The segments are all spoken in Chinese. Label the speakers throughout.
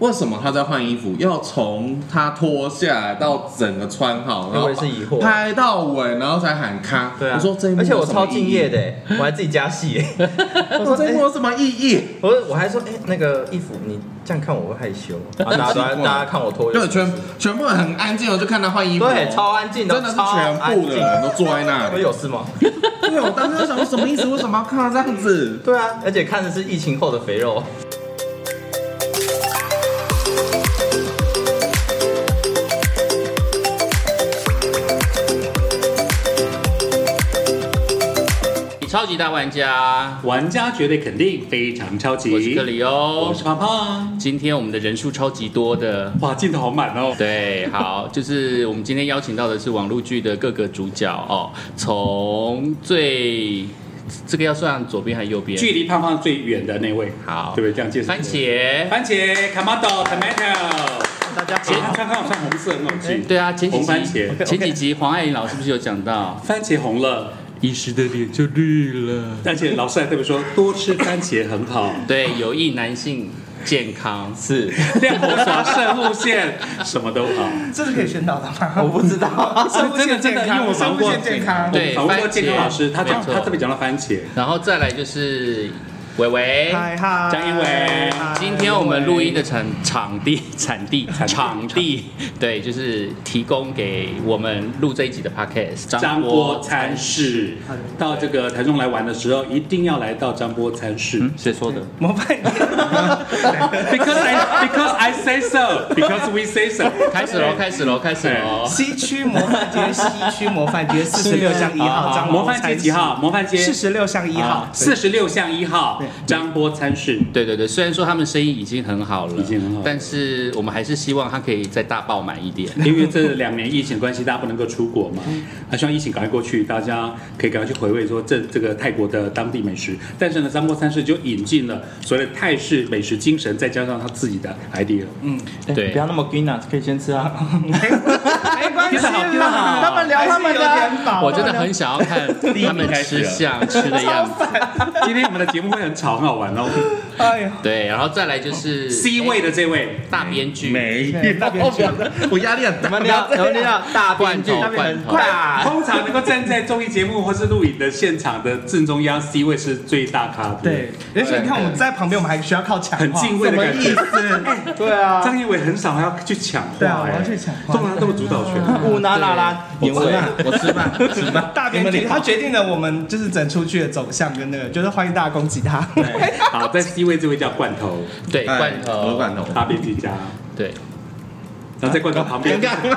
Speaker 1: 为什么他在换衣服，要从他脱下来到整个穿好，然
Speaker 2: 我
Speaker 1: 后
Speaker 2: 也是疑惑
Speaker 1: 拍到尾，然后才喊咔。
Speaker 2: 对啊，
Speaker 1: 我说这一幕
Speaker 2: 而且我
Speaker 1: 有什么
Speaker 2: 超
Speaker 1: 意义
Speaker 2: 敬业，的欸，我还自己加戏欸。
Speaker 1: 我
Speaker 2: 我
Speaker 1: 说
Speaker 2: 说
Speaker 1: 这一
Speaker 2: 哎
Speaker 1: 幕有什么意义？
Speaker 2: 我我还说，哎、那个衣服你这样看我会害羞， 啊、大家
Speaker 1: 很奇
Speaker 2: 都
Speaker 1: 怪
Speaker 2: 大家看我脱，
Speaker 1: 对，全全部人很安静，我就看他换衣服，
Speaker 2: 对超安静的哎
Speaker 1: 真的是
Speaker 2: 超
Speaker 1: 全部的人
Speaker 2: 安
Speaker 1: 都坐在那
Speaker 2: 我
Speaker 1: 里。
Speaker 2: 有事吗？
Speaker 1: 对，我当时就想说什么意思？为什么要看到这样子？
Speaker 2: 对啊，而且看的是疫情后的肥肉，
Speaker 3: 超级大玩家，
Speaker 4: 玩家绝对肯定非常超级。
Speaker 3: 我是克里
Speaker 4: 我
Speaker 3: 欧
Speaker 4: 是。胖胖。
Speaker 3: 今天我们的人数超级多的，
Speaker 4: 哇，镜头好满哦。
Speaker 3: 对，好，就是我们今天邀请到的是网络剧的各个主角哦，从最这个要算左边还是右边？
Speaker 4: 距离胖胖最远的那位，
Speaker 3: 好
Speaker 4: 对不对？这样介绍。
Speaker 3: 番，茄，
Speaker 4: 番茄，tomato tomato。
Speaker 2: 大家
Speaker 4: 前
Speaker 2: 好。
Speaker 4: 刚刚我穿红色，很好记。
Speaker 3: 对啊，前几
Speaker 4: 红番
Speaker 3: 集
Speaker 4: 茄，
Speaker 3: 前几集黄爱玲老师不是有讲到，
Speaker 4: 番茄红了，
Speaker 3: 一时的脸就绿了。
Speaker 4: 而且老师还特别说，多吃番茄 很好。
Speaker 3: 对，有益男性健康。
Speaker 2: 是，
Speaker 4: 亮红耍肾护腺，什么都好。
Speaker 5: 这是可以宣导的
Speaker 2: 我
Speaker 5: 吗？
Speaker 2: 不知 道，
Speaker 5: 生物
Speaker 4: 真的
Speaker 5: 线
Speaker 4: 真
Speaker 5: 健
Speaker 4: 的，因为
Speaker 5: 康，
Speaker 4: 我
Speaker 5: 生
Speaker 4: 访
Speaker 5: 物
Speaker 4: 过
Speaker 5: 线健康。
Speaker 3: 对
Speaker 4: 我访过
Speaker 3: 番茄
Speaker 4: 健康老师，他讲
Speaker 3: 没错
Speaker 4: 他特别讲到番茄，
Speaker 3: 然后再来就是维维，
Speaker 5: 嗨嗨，
Speaker 4: 江一伟
Speaker 5: 嗨
Speaker 3: 今天我们录音的场场地、产地、场地，对，就是提供给我们录这一集的 podcast
Speaker 4: 张波餐室。到这个台中来玩的时候，一定要来到张波餐室。
Speaker 3: 谁说的？
Speaker 5: 膜拜你。
Speaker 4: Because I because I say so, because we say so。
Speaker 3: 开始喽，开始喽，开始喽！
Speaker 5: 西区模范街，西区模 范
Speaker 1: 啊
Speaker 5: 街四十六巷一号，张
Speaker 4: 模范街几号？模范街啊
Speaker 5: 四十六巷一号，
Speaker 4: 四十六巷一号，张波餐室。
Speaker 3: 对对对，虽然说他们生意已经很好了，
Speaker 4: 已经很好了
Speaker 3: 但是我们还是希望他可以再大爆满一点。
Speaker 4: 因为这两年疫情关系，大家不能够出国嘛，那希望疫情赶快过去，大家可以赶快去回味说这这个泰国的当地美食。但是呢，张波餐室就引进了所谓的泰式美食精神，再加上他自己的 idea。
Speaker 3: 对
Speaker 2: 不要那么 green 啊，可以先吃啊。
Speaker 5: 没关系
Speaker 4: 听得好听得
Speaker 5: 啦
Speaker 4: 好，
Speaker 5: 他们聊他们
Speaker 2: 还是有
Speaker 5: 的。啊
Speaker 3: 我真的很想要 看他们吃相吃的样子。
Speaker 4: 今天我们的节目会很吵，很好玩哦。
Speaker 5: 哎呦，
Speaker 3: 对，然后再来就是
Speaker 4: C 位嗯的这位
Speaker 3: 哎大编剧，
Speaker 4: 没
Speaker 5: 对那边去
Speaker 1: 我压力很
Speaker 2: 我
Speaker 1: 大。
Speaker 2: 们聊，我们聊大
Speaker 3: 罐
Speaker 2: 编剧
Speaker 3: 头，罐头。
Speaker 5: 啊
Speaker 2: 大
Speaker 4: 通常能够站在综艺节目或是录影的现场的正中央 C 位是最大咖的，
Speaker 5: 对，而且你看我们在旁边，我们还需要靠墙，
Speaker 4: 很敬畏的感觉。
Speaker 2: 对啊，
Speaker 4: 张艺伟很少要去抢话，
Speaker 5: 哎对啊
Speaker 4: 哎
Speaker 5: 我要 去抢话
Speaker 4: 通常都有主导权。
Speaker 2: 乌拉拉拉，因为
Speaker 1: 我吃饭，我吃饭。
Speaker 5: 大编剧他决定了我们就是整出剧的走向跟那个，就是欢迎大家攻击他。
Speaker 4: 对，好，在 C 位这位叫罐头
Speaker 3: 对，
Speaker 1: 哎
Speaker 3: 罐
Speaker 1: 我
Speaker 3: 头，
Speaker 1: 罐头。
Speaker 4: 大编剧家，
Speaker 3: 对，
Speaker 4: 然后在罐头旁边，
Speaker 5: 尴尬吗？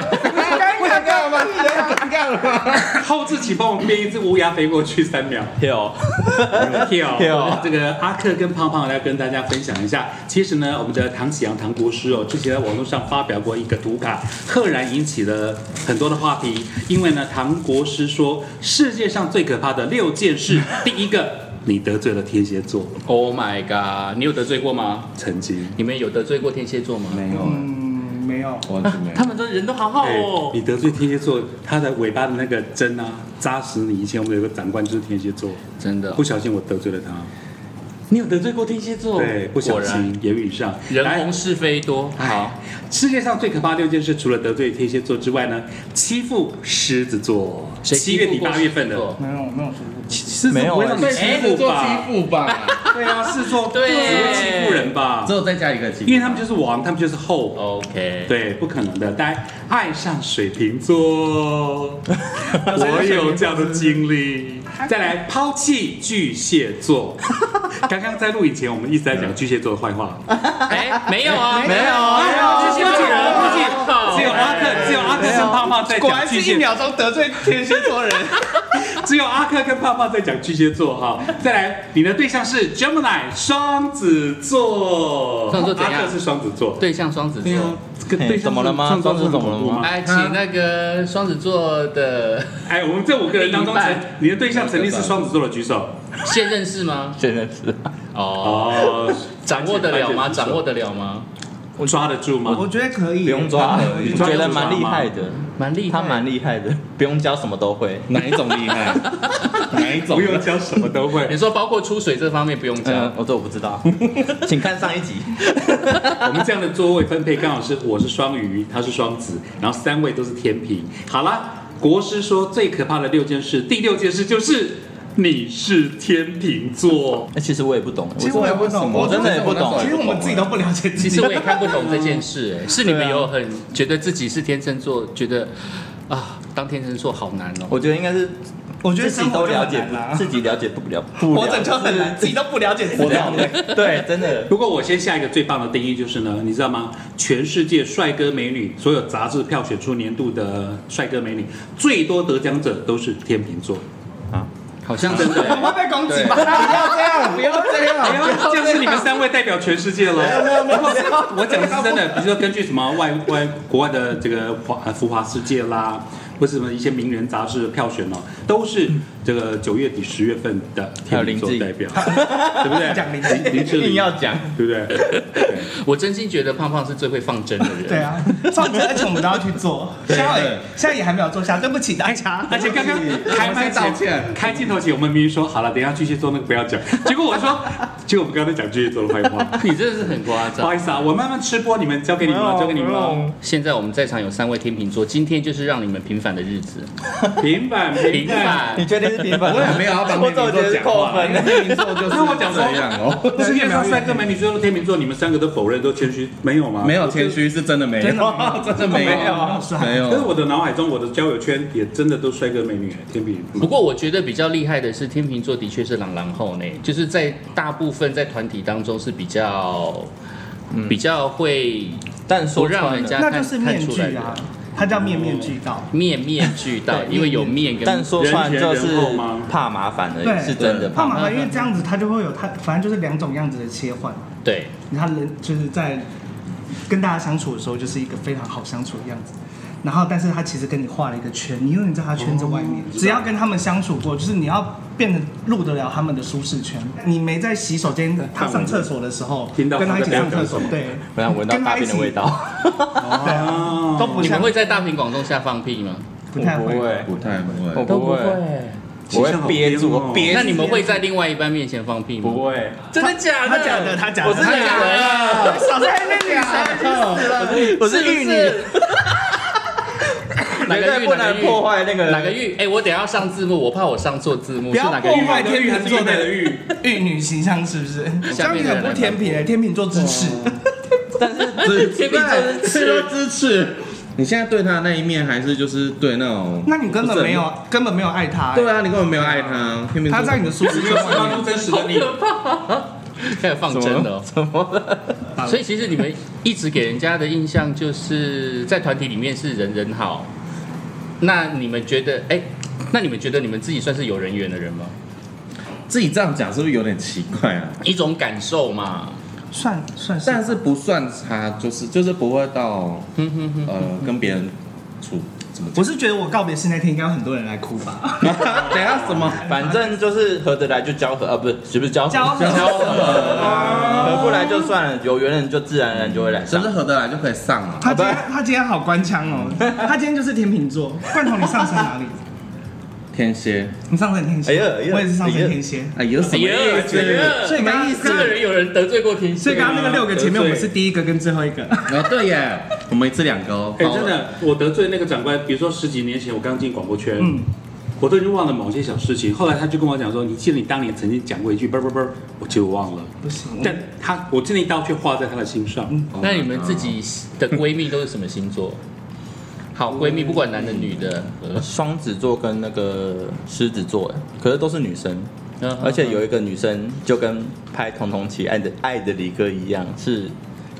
Speaker 5: 尴尬了吗？
Speaker 4: 后置请帮我们编一只乌鸦飞过去三秒。
Speaker 2: 有
Speaker 4: Hill，
Speaker 2: Hill
Speaker 4: 这个阿克跟胖胖来跟大家分享一下。其实呢，我们的唐启阳唐国师哦，之前在网络上发表过一个图卡，赫然引起了很多的话题。因为呢，唐国师说世界上最可怕的六件事，第一个，你得罪了天蝎座，
Speaker 3: Oh my god！你有得罪过吗？
Speaker 4: 曾经。
Speaker 3: 你们有得罪过天蝎座吗？
Speaker 2: 没有
Speaker 5: 嗯，没有。
Speaker 1: 我完全没有
Speaker 3: 他们都人都好好
Speaker 4: 哎
Speaker 3: 哦。
Speaker 4: 你得罪天蝎座，它的尾巴的那个针啊，扎死你。以前我们有个长官就是天蝎座，
Speaker 3: 真的
Speaker 4: 不，小心我得罪了他，
Speaker 3: 你有得罪过天蝎座？
Speaker 4: 对，不小
Speaker 3: 果然
Speaker 4: 心言语上
Speaker 3: 人
Speaker 4: 来
Speaker 3: 红是非多。好，
Speaker 4: 世界上最可怕的六件事，除了得罪天蝎座之外呢，欺负狮子座。啊
Speaker 3: 谁
Speaker 4: 七月底八月份的，
Speaker 5: 没有没有说
Speaker 4: 狮
Speaker 2: 没有
Speaker 4: 不会让你欺负吧？
Speaker 1: 哎负吧，
Speaker 4: 对啊，狮子座
Speaker 3: 对
Speaker 4: 只会欺负人吧
Speaker 1: 只？有再加一个欺负，
Speaker 4: 因为他们就是王，他们就是后。
Speaker 3: ？OK，，
Speaker 4: 对，不可能的。大家爱上水瓶座，我有这样的经历。再来抛弃巨蟹座，刚刚在录影前，我们一直在讲巨蟹座的坏话。
Speaker 3: 哎，没有啊，没有
Speaker 4: 哎
Speaker 3: 啊，
Speaker 4: 呀，对不起，对不起，只有阿克，只有阿克跟胖胖在
Speaker 5: 果
Speaker 4: 讲
Speaker 5: 然是
Speaker 4: 巨
Speaker 5: 一
Speaker 4: 蟹座。
Speaker 5: 秒钟得罪天蝎座人。
Speaker 4: 只有阿克跟泡泡在讲巨蟹座哈。 再来，你的对象是 Gemini 双子座，
Speaker 3: 双子座怎样
Speaker 4: 阿克是双子座。
Speaker 3: 对象双子
Speaker 4: 对啊
Speaker 3: 座。，
Speaker 4: 跟对象
Speaker 2: 嘿怎么了吗
Speaker 4: 是双子
Speaker 2: 双子
Speaker 4: 座
Speaker 2: 怎么了吗
Speaker 4: 很恐怖
Speaker 3: 哎，请那个双子座的
Speaker 4: 哎，我们这五个人当中，
Speaker 3: 另一
Speaker 4: 陈
Speaker 3: 半
Speaker 4: 你的对象陈立是双子座的，举手。
Speaker 3: 现任是吗？
Speaker 2: 真的是
Speaker 3: 哦，
Speaker 4: 哦，
Speaker 3: 掌握得了吗？
Speaker 4: 番茄
Speaker 3: 掌握得了吗？
Speaker 5: 我
Speaker 4: 抓得住
Speaker 5: 我
Speaker 4: 吗？
Speaker 5: 觉得可以，
Speaker 2: 不用抓而已，
Speaker 4: 你
Speaker 2: 觉
Speaker 4: 抓得住
Speaker 2: 得
Speaker 4: 吗
Speaker 2: 蛮厉害的，
Speaker 3: 蛮厉害，
Speaker 2: 他蛮厉害的，不用教什么都会。
Speaker 1: 哪一种厉害？ 哪一种？
Speaker 4: 不用教什么都会
Speaker 3: 你。说包括出水这方面不用讲，
Speaker 2: 嗯，我这我不知 道，请看上一集。
Speaker 4: 我们这样的座位分配刚好是我是双鱼，他是双子，然后三位都是天平。好啦，国师说最可怕的六件事，第六件事就是你是天秤座。
Speaker 2: 那其实我也不懂，
Speaker 5: 其实我也不
Speaker 1: 什
Speaker 5: 懂，
Speaker 1: 么
Speaker 5: 我
Speaker 2: 真的也不懂
Speaker 5: 其实我们自己都不了解自己。
Speaker 3: 其实我也看不懂这 件事、哎，是你
Speaker 2: 啊
Speaker 3: 们有很觉得自己是天秤座，觉得啊，当天秤座好难哦、
Speaker 2: 我觉得应该是
Speaker 5: 我觉得
Speaker 2: 自己都了解
Speaker 5: 生活就很难
Speaker 2: 不，
Speaker 5: 啦
Speaker 2: 自己了解不了，不
Speaker 5: 活
Speaker 2: 了
Speaker 5: 着就很难，自己都不了解自己。
Speaker 2: 对对，真的。
Speaker 4: 不过我先下一个最棒的定义就是呢，你知道吗？全世界帅哥美女，所有杂志票选出年度的帅哥美女，最多得奖者都是天秤座。
Speaker 3: 好 像真的、
Speaker 5: 我
Speaker 3: 哎
Speaker 5: 会被攻击吧？不要这样，不要这样。
Speaker 4: 哎呀，这样是你们三位代表全世界了。我讲的是真的，比如说根据什么外外国外的这个华呃浮华世界啦，或是什么一些名人杂志的票选哦，都是这个九月底十月份的
Speaker 2: 还有
Speaker 4: 天秤
Speaker 2: 林
Speaker 4: 座
Speaker 2: 志颖
Speaker 4: 代表，对不对？
Speaker 5: 讲林志颖
Speaker 4: 林志
Speaker 2: 一定
Speaker 4: 颖
Speaker 2: 要讲，
Speaker 4: 对不对？对
Speaker 3: 我真心觉得胖胖是最会放针的人。
Speaker 5: 对啊，放着，而且我们都要去做。现在也现在也还没有做下，对不起大家。
Speaker 4: 而且刚刚开麦
Speaker 1: 道歉
Speaker 4: 前，开镜头前，我们明明说好了，等一下巨蟹座那个不要讲，结果我说，结果我们刚才讲巨蟹座的坏话，
Speaker 2: 啊
Speaker 3: 你真的是很夸
Speaker 4: 不好
Speaker 3: 张。
Speaker 4: 意思啊，我慢慢吃播，你们交给你们
Speaker 5: 啊
Speaker 4: 了，交给你们了，
Speaker 3: 现在我们在场有三位天秤座，今天就是让你们平凡的日子。
Speaker 4: 平板平
Speaker 3: 平
Speaker 4: 板。
Speaker 3: 凡
Speaker 2: 你，确定是平凡？
Speaker 1: 我也没有要帮
Speaker 2: 我
Speaker 1: 天秤
Speaker 2: 总觉
Speaker 1: 座
Speaker 2: 得是
Speaker 1: 讲话
Speaker 2: 扣
Speaker 1: 啦，
Speaker 2: 分
Speaker 1: 因为。天秤座就是
Speaker 4: 那我讲说
Speaker 1: 这样哦。
Speaker 4: 世界上帅哥美女最多天秤座，你们三个都否认，都谦虚，没有吗？
Speaker 1: 啊没有谦虚是真的没有，
Speaker 5: 真的
Speaker 1: 真的没
Speaker 5: 没有啊
Speaker 1: 有，没
Speaker 4: 可是
Speaker 1: 有。
Speaker 4: 我的脑海中，我的交友圈也真的都帅哥美女，天秤。
Speaker 3: 不过我觉得比较厉害的是天秤座的确是朗朗后呢，就是在大部分在团体当中是比较、嗯比较会
Speaker 2: 但
Speaker 3: 不
Speaker 2: 说
Speaker 3: 让
Speaker 2: 穿
Speaker 3: 人
Speaker 2: 了，
Speaker 3: 家
Speaker 5: 那
Speaker 3: 看
Speaker 5: 就是
Speaker 3: 看
Speaker 5: 面
Speaker 3: 出来
Speaker 5: 具
Speaker 3: 的
Speaker 5: 啊，它叫面面俱到。
Speaker 3: 面面俱到，因为有面跟
Speaker 2: 但说穿了就是
Speaker 4: 人前人后吗
Speaker 2: 怕麻烦而
Speaker 5: 对
Speaker 2: 已，是真的
Speaker 5: 怕
Speaker 2: 怕麻
Speaker 5: 麻
Speaker 2: 烦。
Speaker 5: 烦，因为这样子它就会有它，反正就是两种样子的切换。
Speaker 3: 对。
Speaker 5: 他人就是在跟大家相处的时候，就是一个非常好相处的样子。然后，但是他其实跟你画了一个圈，你永远在他圈子外面。只要跟他们相处过，就是你要变得入得了他们的舒适圈。你没在洗手间，他上厕所的时候，
Speaker 4: 听到
Speaker 5: 跟他一起上厕所
Speaker 4: 他，在
Speaker 5: 对，
Speaker 2: 不然闻到大便的味道，
Speaker 5: 对，啊都不
Speaker 3: 你们
Speaker 5: 像，
Speaker 3: 会在大庭广众下放屁吗？
Speaker 5: 不太
Speaker 2: 我
Speaker 5: 会
Speaker 2: 不。会，
Speaker 1: 不太
Speaker 2: 我
Speaker 1: 会，
Speaker 2: 不会，我会憋住，
Speaker 4: 其实好
Speaker 2: 我憋
Speaker 4: 颠
Speaker 2: 住。
Speaker 3: 那你们会在另外一半面前放屁吗？
Speaker 2: 不会？
Speaker 3: 真的假
Speaker 5: 他
Speaker 3: 的？
Speaker 5: 假的，他假的，
Speaker 2: 我真的假
Speaker 3: 的
Speaker 5: 少在那啊边
Speaker 2: 我是玉女，
Speaker 3: 哪
Speaker 2: 绝
Speaker 3: 个玉？
Speaker 2: 对不
Speaker 3: 哪
Speaker 2: 能
Speaker 3: 个玉？
Speaker 2: 破坏那个
Speaker 3: 哪个玉？哎，我等一下上字幕，我怕我上错字幕。
Speaker 5: 不
Speaker 3: 是
Speaker 5: 要
Speaker 3: 哪个
Speaker 5: 破
Speaker 3: 玉？
Speaker 5: 坏天
Speaker 4: 玉还
Speaker 5: 秤
Speaker 4: 是玉
Speaker 5: 座
Speaker 4: 美的
Speaker 5: 的
Speaker 4: 玉？
Speaker 5: 玉女形象，是不是？这
Speaker 3: 下
Speaker 5: 样
Speaker 3: 面的人
Speaker 5: 很不天平诶，天秤座支持。
Speaker 1: 只
Speaker 3: 天秤座是
Speaker 1: 吃到支持。你现在对他的那一面，还是就是对那种？
Speaker 5: 那你根本没有，根本没有爱他、欸。
Speaker 1: 对啊，你根本没有爱他，偏偏
Speaker 5: 他在你的舒适
Speaker 4: 你
Speaker 5: 圈
Speaker 4: 有释
Speaker 5: 外
Speaker 4: 放出
Speaker 5: 面
Speaker 4: 真实的你，
Speaker 3: 开始放真的、哦。
Speaker 2: 什么了？
Speaker 3: 所以其实你们一直给人家的印象就是在团体里面是人人好。那你们觉得，哎，那你们觉得你们自己算是有人缘的人吗？
Speaker 1: 自己这样讲是不是有点奇怪啊？
Speaker 3: 一种感受嘛。
Speaker 5: 算算是，
Speaker 1: 但是不算差，就是就是不会到
Speaker 3: 哼哼哼。
Speaker 1: 呃跟别人处怎么讲？
Speaker 5: 我是觉得我告别式那天应该有很多人来哭吧。
Speaker 1: 等一下什么？
Speaker 2: 反正就是合得来就交合啊，不是是不是交合？
Speaker 5: 交合
Speaker 2: 合不来就算了，有缘人就自然而然就会来
Speaker 1: 只
Speaker 2: 上
Speaker 1: 是。合得来就可以上啊。
Speaker 5: 他今天他今天好官腔哦，他今天就是天秤座。罐头，你上升哪里？
Speaker 1: 天蝎，
Speaker 5: 你上升天蝎，
Speaker 2: 哎呀哎呀
Speaker 5: 我也是上升天蝎。
Speaker 1: 哎，有什么
Speaker 3: 哎呀
Speaker 1: 意
Speaker 3: 哎呀
Speaker 1: 思？
Speaker 5: 所以刚
Speaker 1: 没意
Speaker 5: 刚
Speaker 1: 思
Speaker 3: 这个人有人得罪过天
Speaker 5: 所以
Speaker 3: 蝎哦
Speaker 5: 刚
Speaker 3: 吗？
Speaker 5: 刚那个六个前面我们是第一个跟最后一个，
Speaker 1: 啊，对耶，我们一次两个哦。
Speaker 4: 哎，真的，我得罪那个长官，比如说十几年前我刚进广播圈，
Speaker 5: 嗯，
Speaker 4: 我都已经忘了某些小事情，后来他就跟我讲说，你记得你当年曾经讲过一句，啵啵啵，我就忘了，
Speaker 5: 不行，
Speaker 4: 但他我这一刀却划在他的心上。
Speaker 1: 好，
Speaker 3: 那你们自己的闺蜜都是什么星座？好闺蜜，不管男的女的，
Speaker 2: 双子座跟那个狮子座，哎可是都是女生，
Speaker 3: 嗯
Speaker 2: 而且有一个女生就跟拍《童童奇爱的爱的里哥》一样，是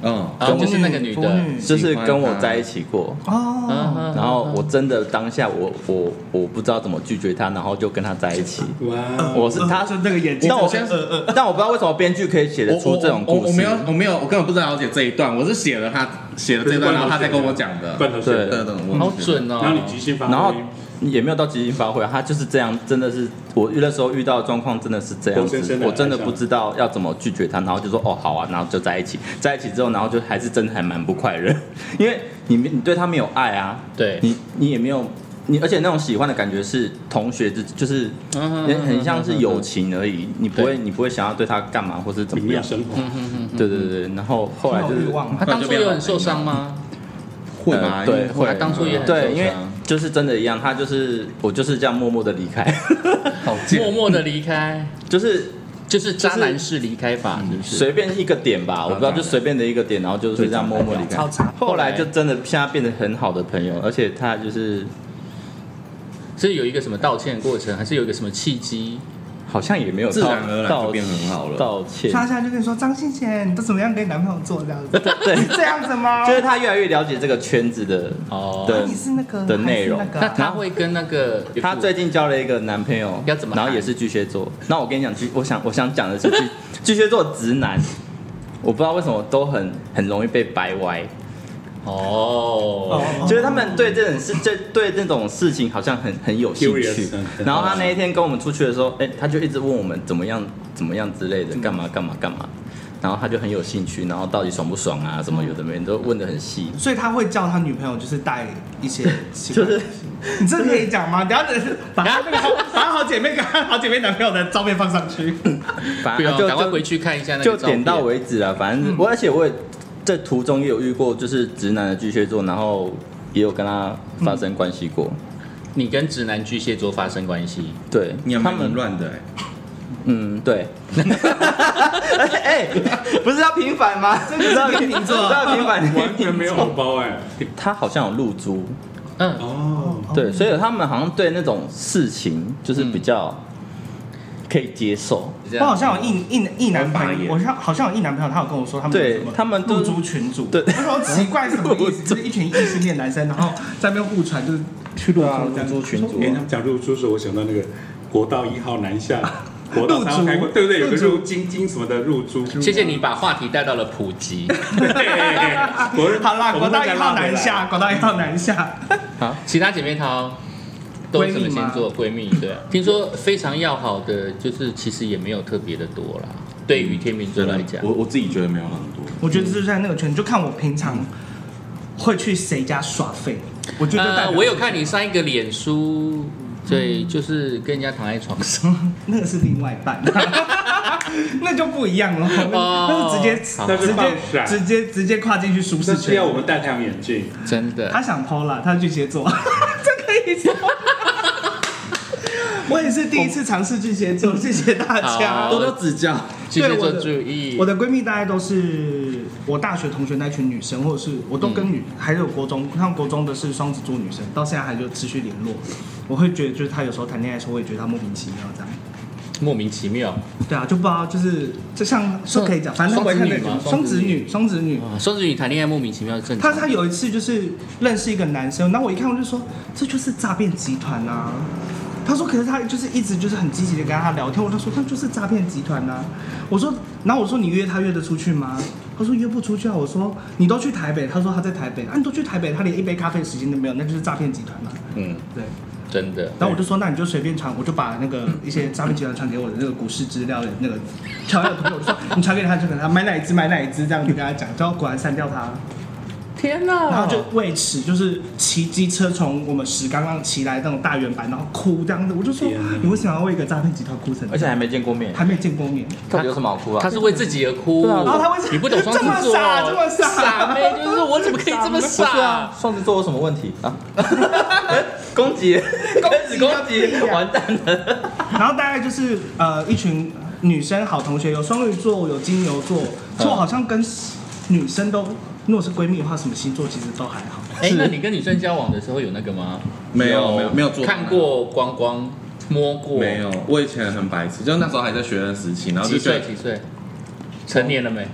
Speaker 1: 嗯，
Speaker 3: 啊，就是那个女
Speaker 5: 腐
Speaker 3: 的，
Speaker 5: 女
Speaker 2: 就是跟我在一起过。
Speaker 5: 哦，
Speaker 3: 嗯
Speaker 2: 然后我真的当下我我我不知道怎么拒绝她，然后就跟她在一起。
Speaker 4: 哇哦，
Speaker 2: 我是她，
Speaker 5: 就那个眼睛，
Speaker 2: 但我
Speaker 1: 先
Speaker 5: 呃
Speaker 2: 但我不知道为什么编剧可以写得
Speaker 1: 我
Speaker 2: 出这种故
Speaker 1: 我我没有
Speaker 2: 事。
Speaker 1: 我没有，我根本不了解这一段，我是写了他写了这段，然后他再跟我讲的。
Speaker 4: 罐头水
Speaker 1: 对
Speaker 4: 的，
Speaker 1: 对，我
Speaker 3: 好。准哦。
Speaker 4: 然后你即兴发挥，
Speaker 2: 然后也没有到即兴发挥啊，他就是这样，真的是我那时候遇到的状况真的是这样
Speaker 4: 活生
Speaker 2: 子
Speaker 4: 生，的
Speaker 2: 我真的不知道要怎么拒绝他，然后就说哦好啊，然后就在一起，在一起之后，然后就还是真的还蛮不快乐，因为你没你对他没有爱 啊，
Speaker 3: 对，
Speaker 2: 你你也没有你，而且那种喜欢的感觉是同学之，就是
Speaker 4: 嗯
Speaker 2: 很很像是友情而已，你不会你不会想要对他干嘛或是怎
Speaker 4: 明
Speaker 2: 么
Speaker 4: 亮
Speaker 2: 样，
Speaker 4: 生活。
Speaker 2: 对对对，然后后来就是
Speaker 5: 欲望啊
Speaker 3: 他当初有很受伤吗？
Speaker 1: 会吗？
Speaker 2: 呃对
Speaker 1: 因为
Speaker 2: 会
Speaker 3: 他当初也很受
Speaker 2: 对，
Speaker 3: 伤，
Speaker 2: 因为就是真的一样，他就是我就是这样默默的离开，
Speaker 1: 好贱
Speaker 3: 默默的离开，
Speaker 2: 就是
Speaker 3: 就是嗯渣男式离开法，是不是？
Speaker 2: 随便一个点吧，我不知道就随便的一个点，然后就是这样默默离开
Speaker 5: 超惨。
Speaker 2: 后来就真的现在变得很好的朋友，而且他就是
Speaker 3: 是有一个什么道歉过程，还是有一个什么契机？
Speaker 2: 好像也没有
Speaker 1: 自
Speaker 2: 道
Speaker 1: 然而然
Speaker 2: 道
Speaker 1: 就变很好了
Speaker 2: 道歉
Speaker 5: 他现在就跟你说，张信贤，你都怎么样跟你男朋友做这样 子？
Speaker 2: 对，
Speaker 5: 是这样子吗？
Speaker 2: 就是他越来越了解这个圈子的
Speaker 3: 哦
Speaker 2: 的
Speaker 5: 你是那个
Speaker 2: 的内容
Speaker 5: 还是那个
Speaker 3: 那
Speaker 5: 啊
Speaker 3: 他会跟那个
Speaker 2: 她最近交了一个男朋友，
Speaker 3: 要怎么
Speaker 2: 然后
Speaker 3: 看
Speaker 2: 也是巨蟹座。那我跟你讲，巨，我想我想讲的是巨 巨蟹座直男，我不知道为什么都很很容易被掰歪，
Speaker 3: 哦，
Speaker 2: 就是他们对这种事，这对那种事情好像很很有兴趣
Speaker 4: Curious，嗯。
Speaker 2: 然后他那一天跟我们出去的时候，哎、他就一直问我们怎么样怎么样之类的，干嘛干嘛干嘛。然后他就很有兴趣，然后到底爽不爽啊，什么有的没的都问的很细。
Speaker 5: 所以他会叫他女朋友，就是带一些奇怪
Speaker 2: 就
Speaker 5: 的
Speaker 2: 是
Speaker 5: 东西， 你这可以讲吗？等一下等把他那个好把他好姐妹跟他好姐妹男朋友的照片放上去，
Speaker 2: 反
Speaker 3: 不
Speaker 2: 正
Speaker 3: 要，
Speaker 2: 就
Speaker 3: 赶快
Speaker 2: 就
Speaker 3: 回去看一下那个
Speaker 2: 就
Speaker 3: 照片
Speaker 2: 点到为止啊，反
Speaker 3: 嗯
Speaker 2: 正我而且我也在途中也有遇过，就是直男的巨蟹座，然后也有跟他发生关系过。
Speaker 3: 你跟直男巨蟹座发生关系，
Speaker 2: 对，
Speaker 1: 你还
Speaker 2: 他
Speaker 1: 蛮
Speaker 2: 们
Speaker 1: 淫乱的欸，
Speaker 2: 嗯，对。 哎、不是要平反吗？这
Speaker 5: 就是 天秤座
Speaker 2: 知道平反，
Speaker 4: 完全没有红包哎、
Speaker 2: 他好像有露珠，
Speaker 3: 嗯，
Speaker 4: 哦，
Speaker 2: 对，所以他们好像对那种事情就是比较可以接受。
Speaker 3: 这
Speaker 5: 我好
Speaker 3: 样
Speaker 5: 像有一一一男
Speaker 1: 我很
Speaker 5: 朋
Speaker 1: 傻眼
Speaker 5: 友，我像好像有一男朋友，他有跟我说他们
Speaker 2: 对
Speaker 5: 有什么
Speaker 2: 他们都
Speaker 5: 露珠群主，
Speaker 2: 对
Speaker 5: 我说奇怪什 么意思？就是一群异性恋男生，然后在那边互传，就是去露
Speaker 4: 啊
Speaker 5: 珠这样
Speaker 2: 露珠群主
Speaker 4: 哎、他们讲入住时，我想到那个国道一号南下， 国道三号开过，
Speaker 5: 入住
Speaker 4: 对不对？有个
Speaker 5: 入
Speaker 4: 入金金什么的入住。
Speaker 3: 谢谢你把话题带到了普 及。
Speaker 4: 对，国
Speaker 5: 好啦，
Speaker 4: 我
Speaker 5: 国
Speaker 4: 们
Speaker 5: 道
Speaker 4: 再
Speaker 5: 一
Speaker 4: 拉
Speaker 5: 号
Speaker 4: 回来
Speaker 5: 南下，国道一号 南下，
Speaker 3: 其他姐妹淘都是什么星座？闺蜜对啊，听说非常要好的，就是其实也没有特别的多啦。对于天秤座来讲，
Speaker 1: 我我自己觉得没有很多。
Speaker 5: 我觉得就是在那个圈，就看我平常会去谁家耍废，我觉得就代
Speaker 3: 呃，
Speaker 5: 表
Speaker 3: 我有看你上一个脸书，对，就是跟人家躺在床上，
Speaker 5: 那个是另外一半，那就不一样了，
Speaker 3: 哦
Speaker 5: 那是直接
Speaker 3: 好
Speaker 4: 那是
Speaker 5: 直
Speaker 4: 放
Speaker 5: 接
Speaker 4: 闪
Speaker 5: 直接直接跨进去舒
Speaker 4: 这
Speaker 5: 适
Speaker 4: 是要我
Speaker 5: 圈。
Speaker 4: 们戴太阳眼 镜。
Speaker 3: 真的
Speaker 5: 他。想偷啦，他是巨蟹座， 这可以说。 我也是第一次尝试巨蟹座，谢谢大家。
Speaker 3: 哦好
Speaker 1: 多多指教，
Speaker 3: 巨蟹
Speaker 5: 对我
Speaker 3: 座
Speaker 5: 的
Speaker 3: 注意，
Speaker 5: 我的闺蜜大概都是我大学同学那群女生，或者是我都跟女，
Speaker 3: 嗯
Speaker 5: 还有国中，像国中的是双子座女生，到现在还就持续联络。我会觉得，就是她有时候谈恋爱的时候，我也觉得她莫名其妙这样。
Speaker 3: 莫名其妙
Speaker 5: 对啊，就不知道，就是就像是可以讲，反正
Speaker 3: 双
Speaker 5: 我
Speaker 3: 子
Speaker 5: 也看
Speaker 3: 女
Speaker 5: 那
Speaker 3: 吗
Speaker 5: 个双子女，双子女。
Speaker 3: 啊！双子女谈恋爱莫名其妙是正
Speaker 5: 她
Speaker 3: 常。
Speaker 5: 她有一次就是认识一个男生，然后我一看我就说这就是诈骗集团啊。她说可是她就是一直就是很积极的跟他聊天，我就说那就是诈骗集团啊。我说，然后我说你约他约得出去吗？她说约不出去啊。我说你都去台北，她说她在台北，啊你都去台北，她连一杯咖啡的时间都没有，那就是诈骗集团嘛、啊
Speaker 3: 嗯，
Speaker 5: 对。
Speaker 3: 真的。
Speaker 5: 然后我就说，那你就随便传，我就把那个一些诈骗集团传给我的那个股市资料的那个传给我朋友，我说你传给他，传给他，买哪一只买哪一只，这样子跟他讲，然后果然删掉他，
Speaker 3: 天
Speaker 2: 哦
Speaker 3: 哪！
Speaker 5: 然后就为此就是骑机车从我们石冈上骑来那种大圆板，然后哭这样子，我就说
Speaker 4: 天哪
Speaker 5: 你为什么要为一个诈骗集团哭成这
Speaker 2: 啊而且
Speaker 5: 样？
Speaker 2: 还没见过面，
Speaker 5: 还没见过面，
Speaker 2: 到底有什么好哭啊
Speaker 3: 他？是为自己而哭，
Speaker 2: 对啊然
Speaker 5: 后他为什么
Speaker 3: 你不懂双子座，
Speaker 5: 这么傻这么傻
Speaker 3: 妹就是我怎么可以这么
Speaker 2: 不是啊
Speaker 3: 傻？，
Speaker 2: 双子座有什么问题啊？
Speaker 1: 啊
Speaker 2: 攻击， 开始攻击，完蛋了。
Speaker 5: 然后大概就是呃一群女生好同学，有双鱼座，有金牛座，
Speaker 2: 嗯
Speaker 5: 所以我好像跟女生都，如果是闺蜜的话，什么星座其实都还好。
Speaker 3: 哎，那你跟女生交往的时候有那个吗？
Speaker 1: 没有没有没有做
Speaker 3: 看过光光，摸过，
Speaker 1: 没有，啊我以前很白痴，就那时候还在学生时期，然后
Speaker 3: 几
Speaker 1: 就觉
Speaker 3: 岁
Speaker 1: 得
Speaker 3: 几岁？成年了没？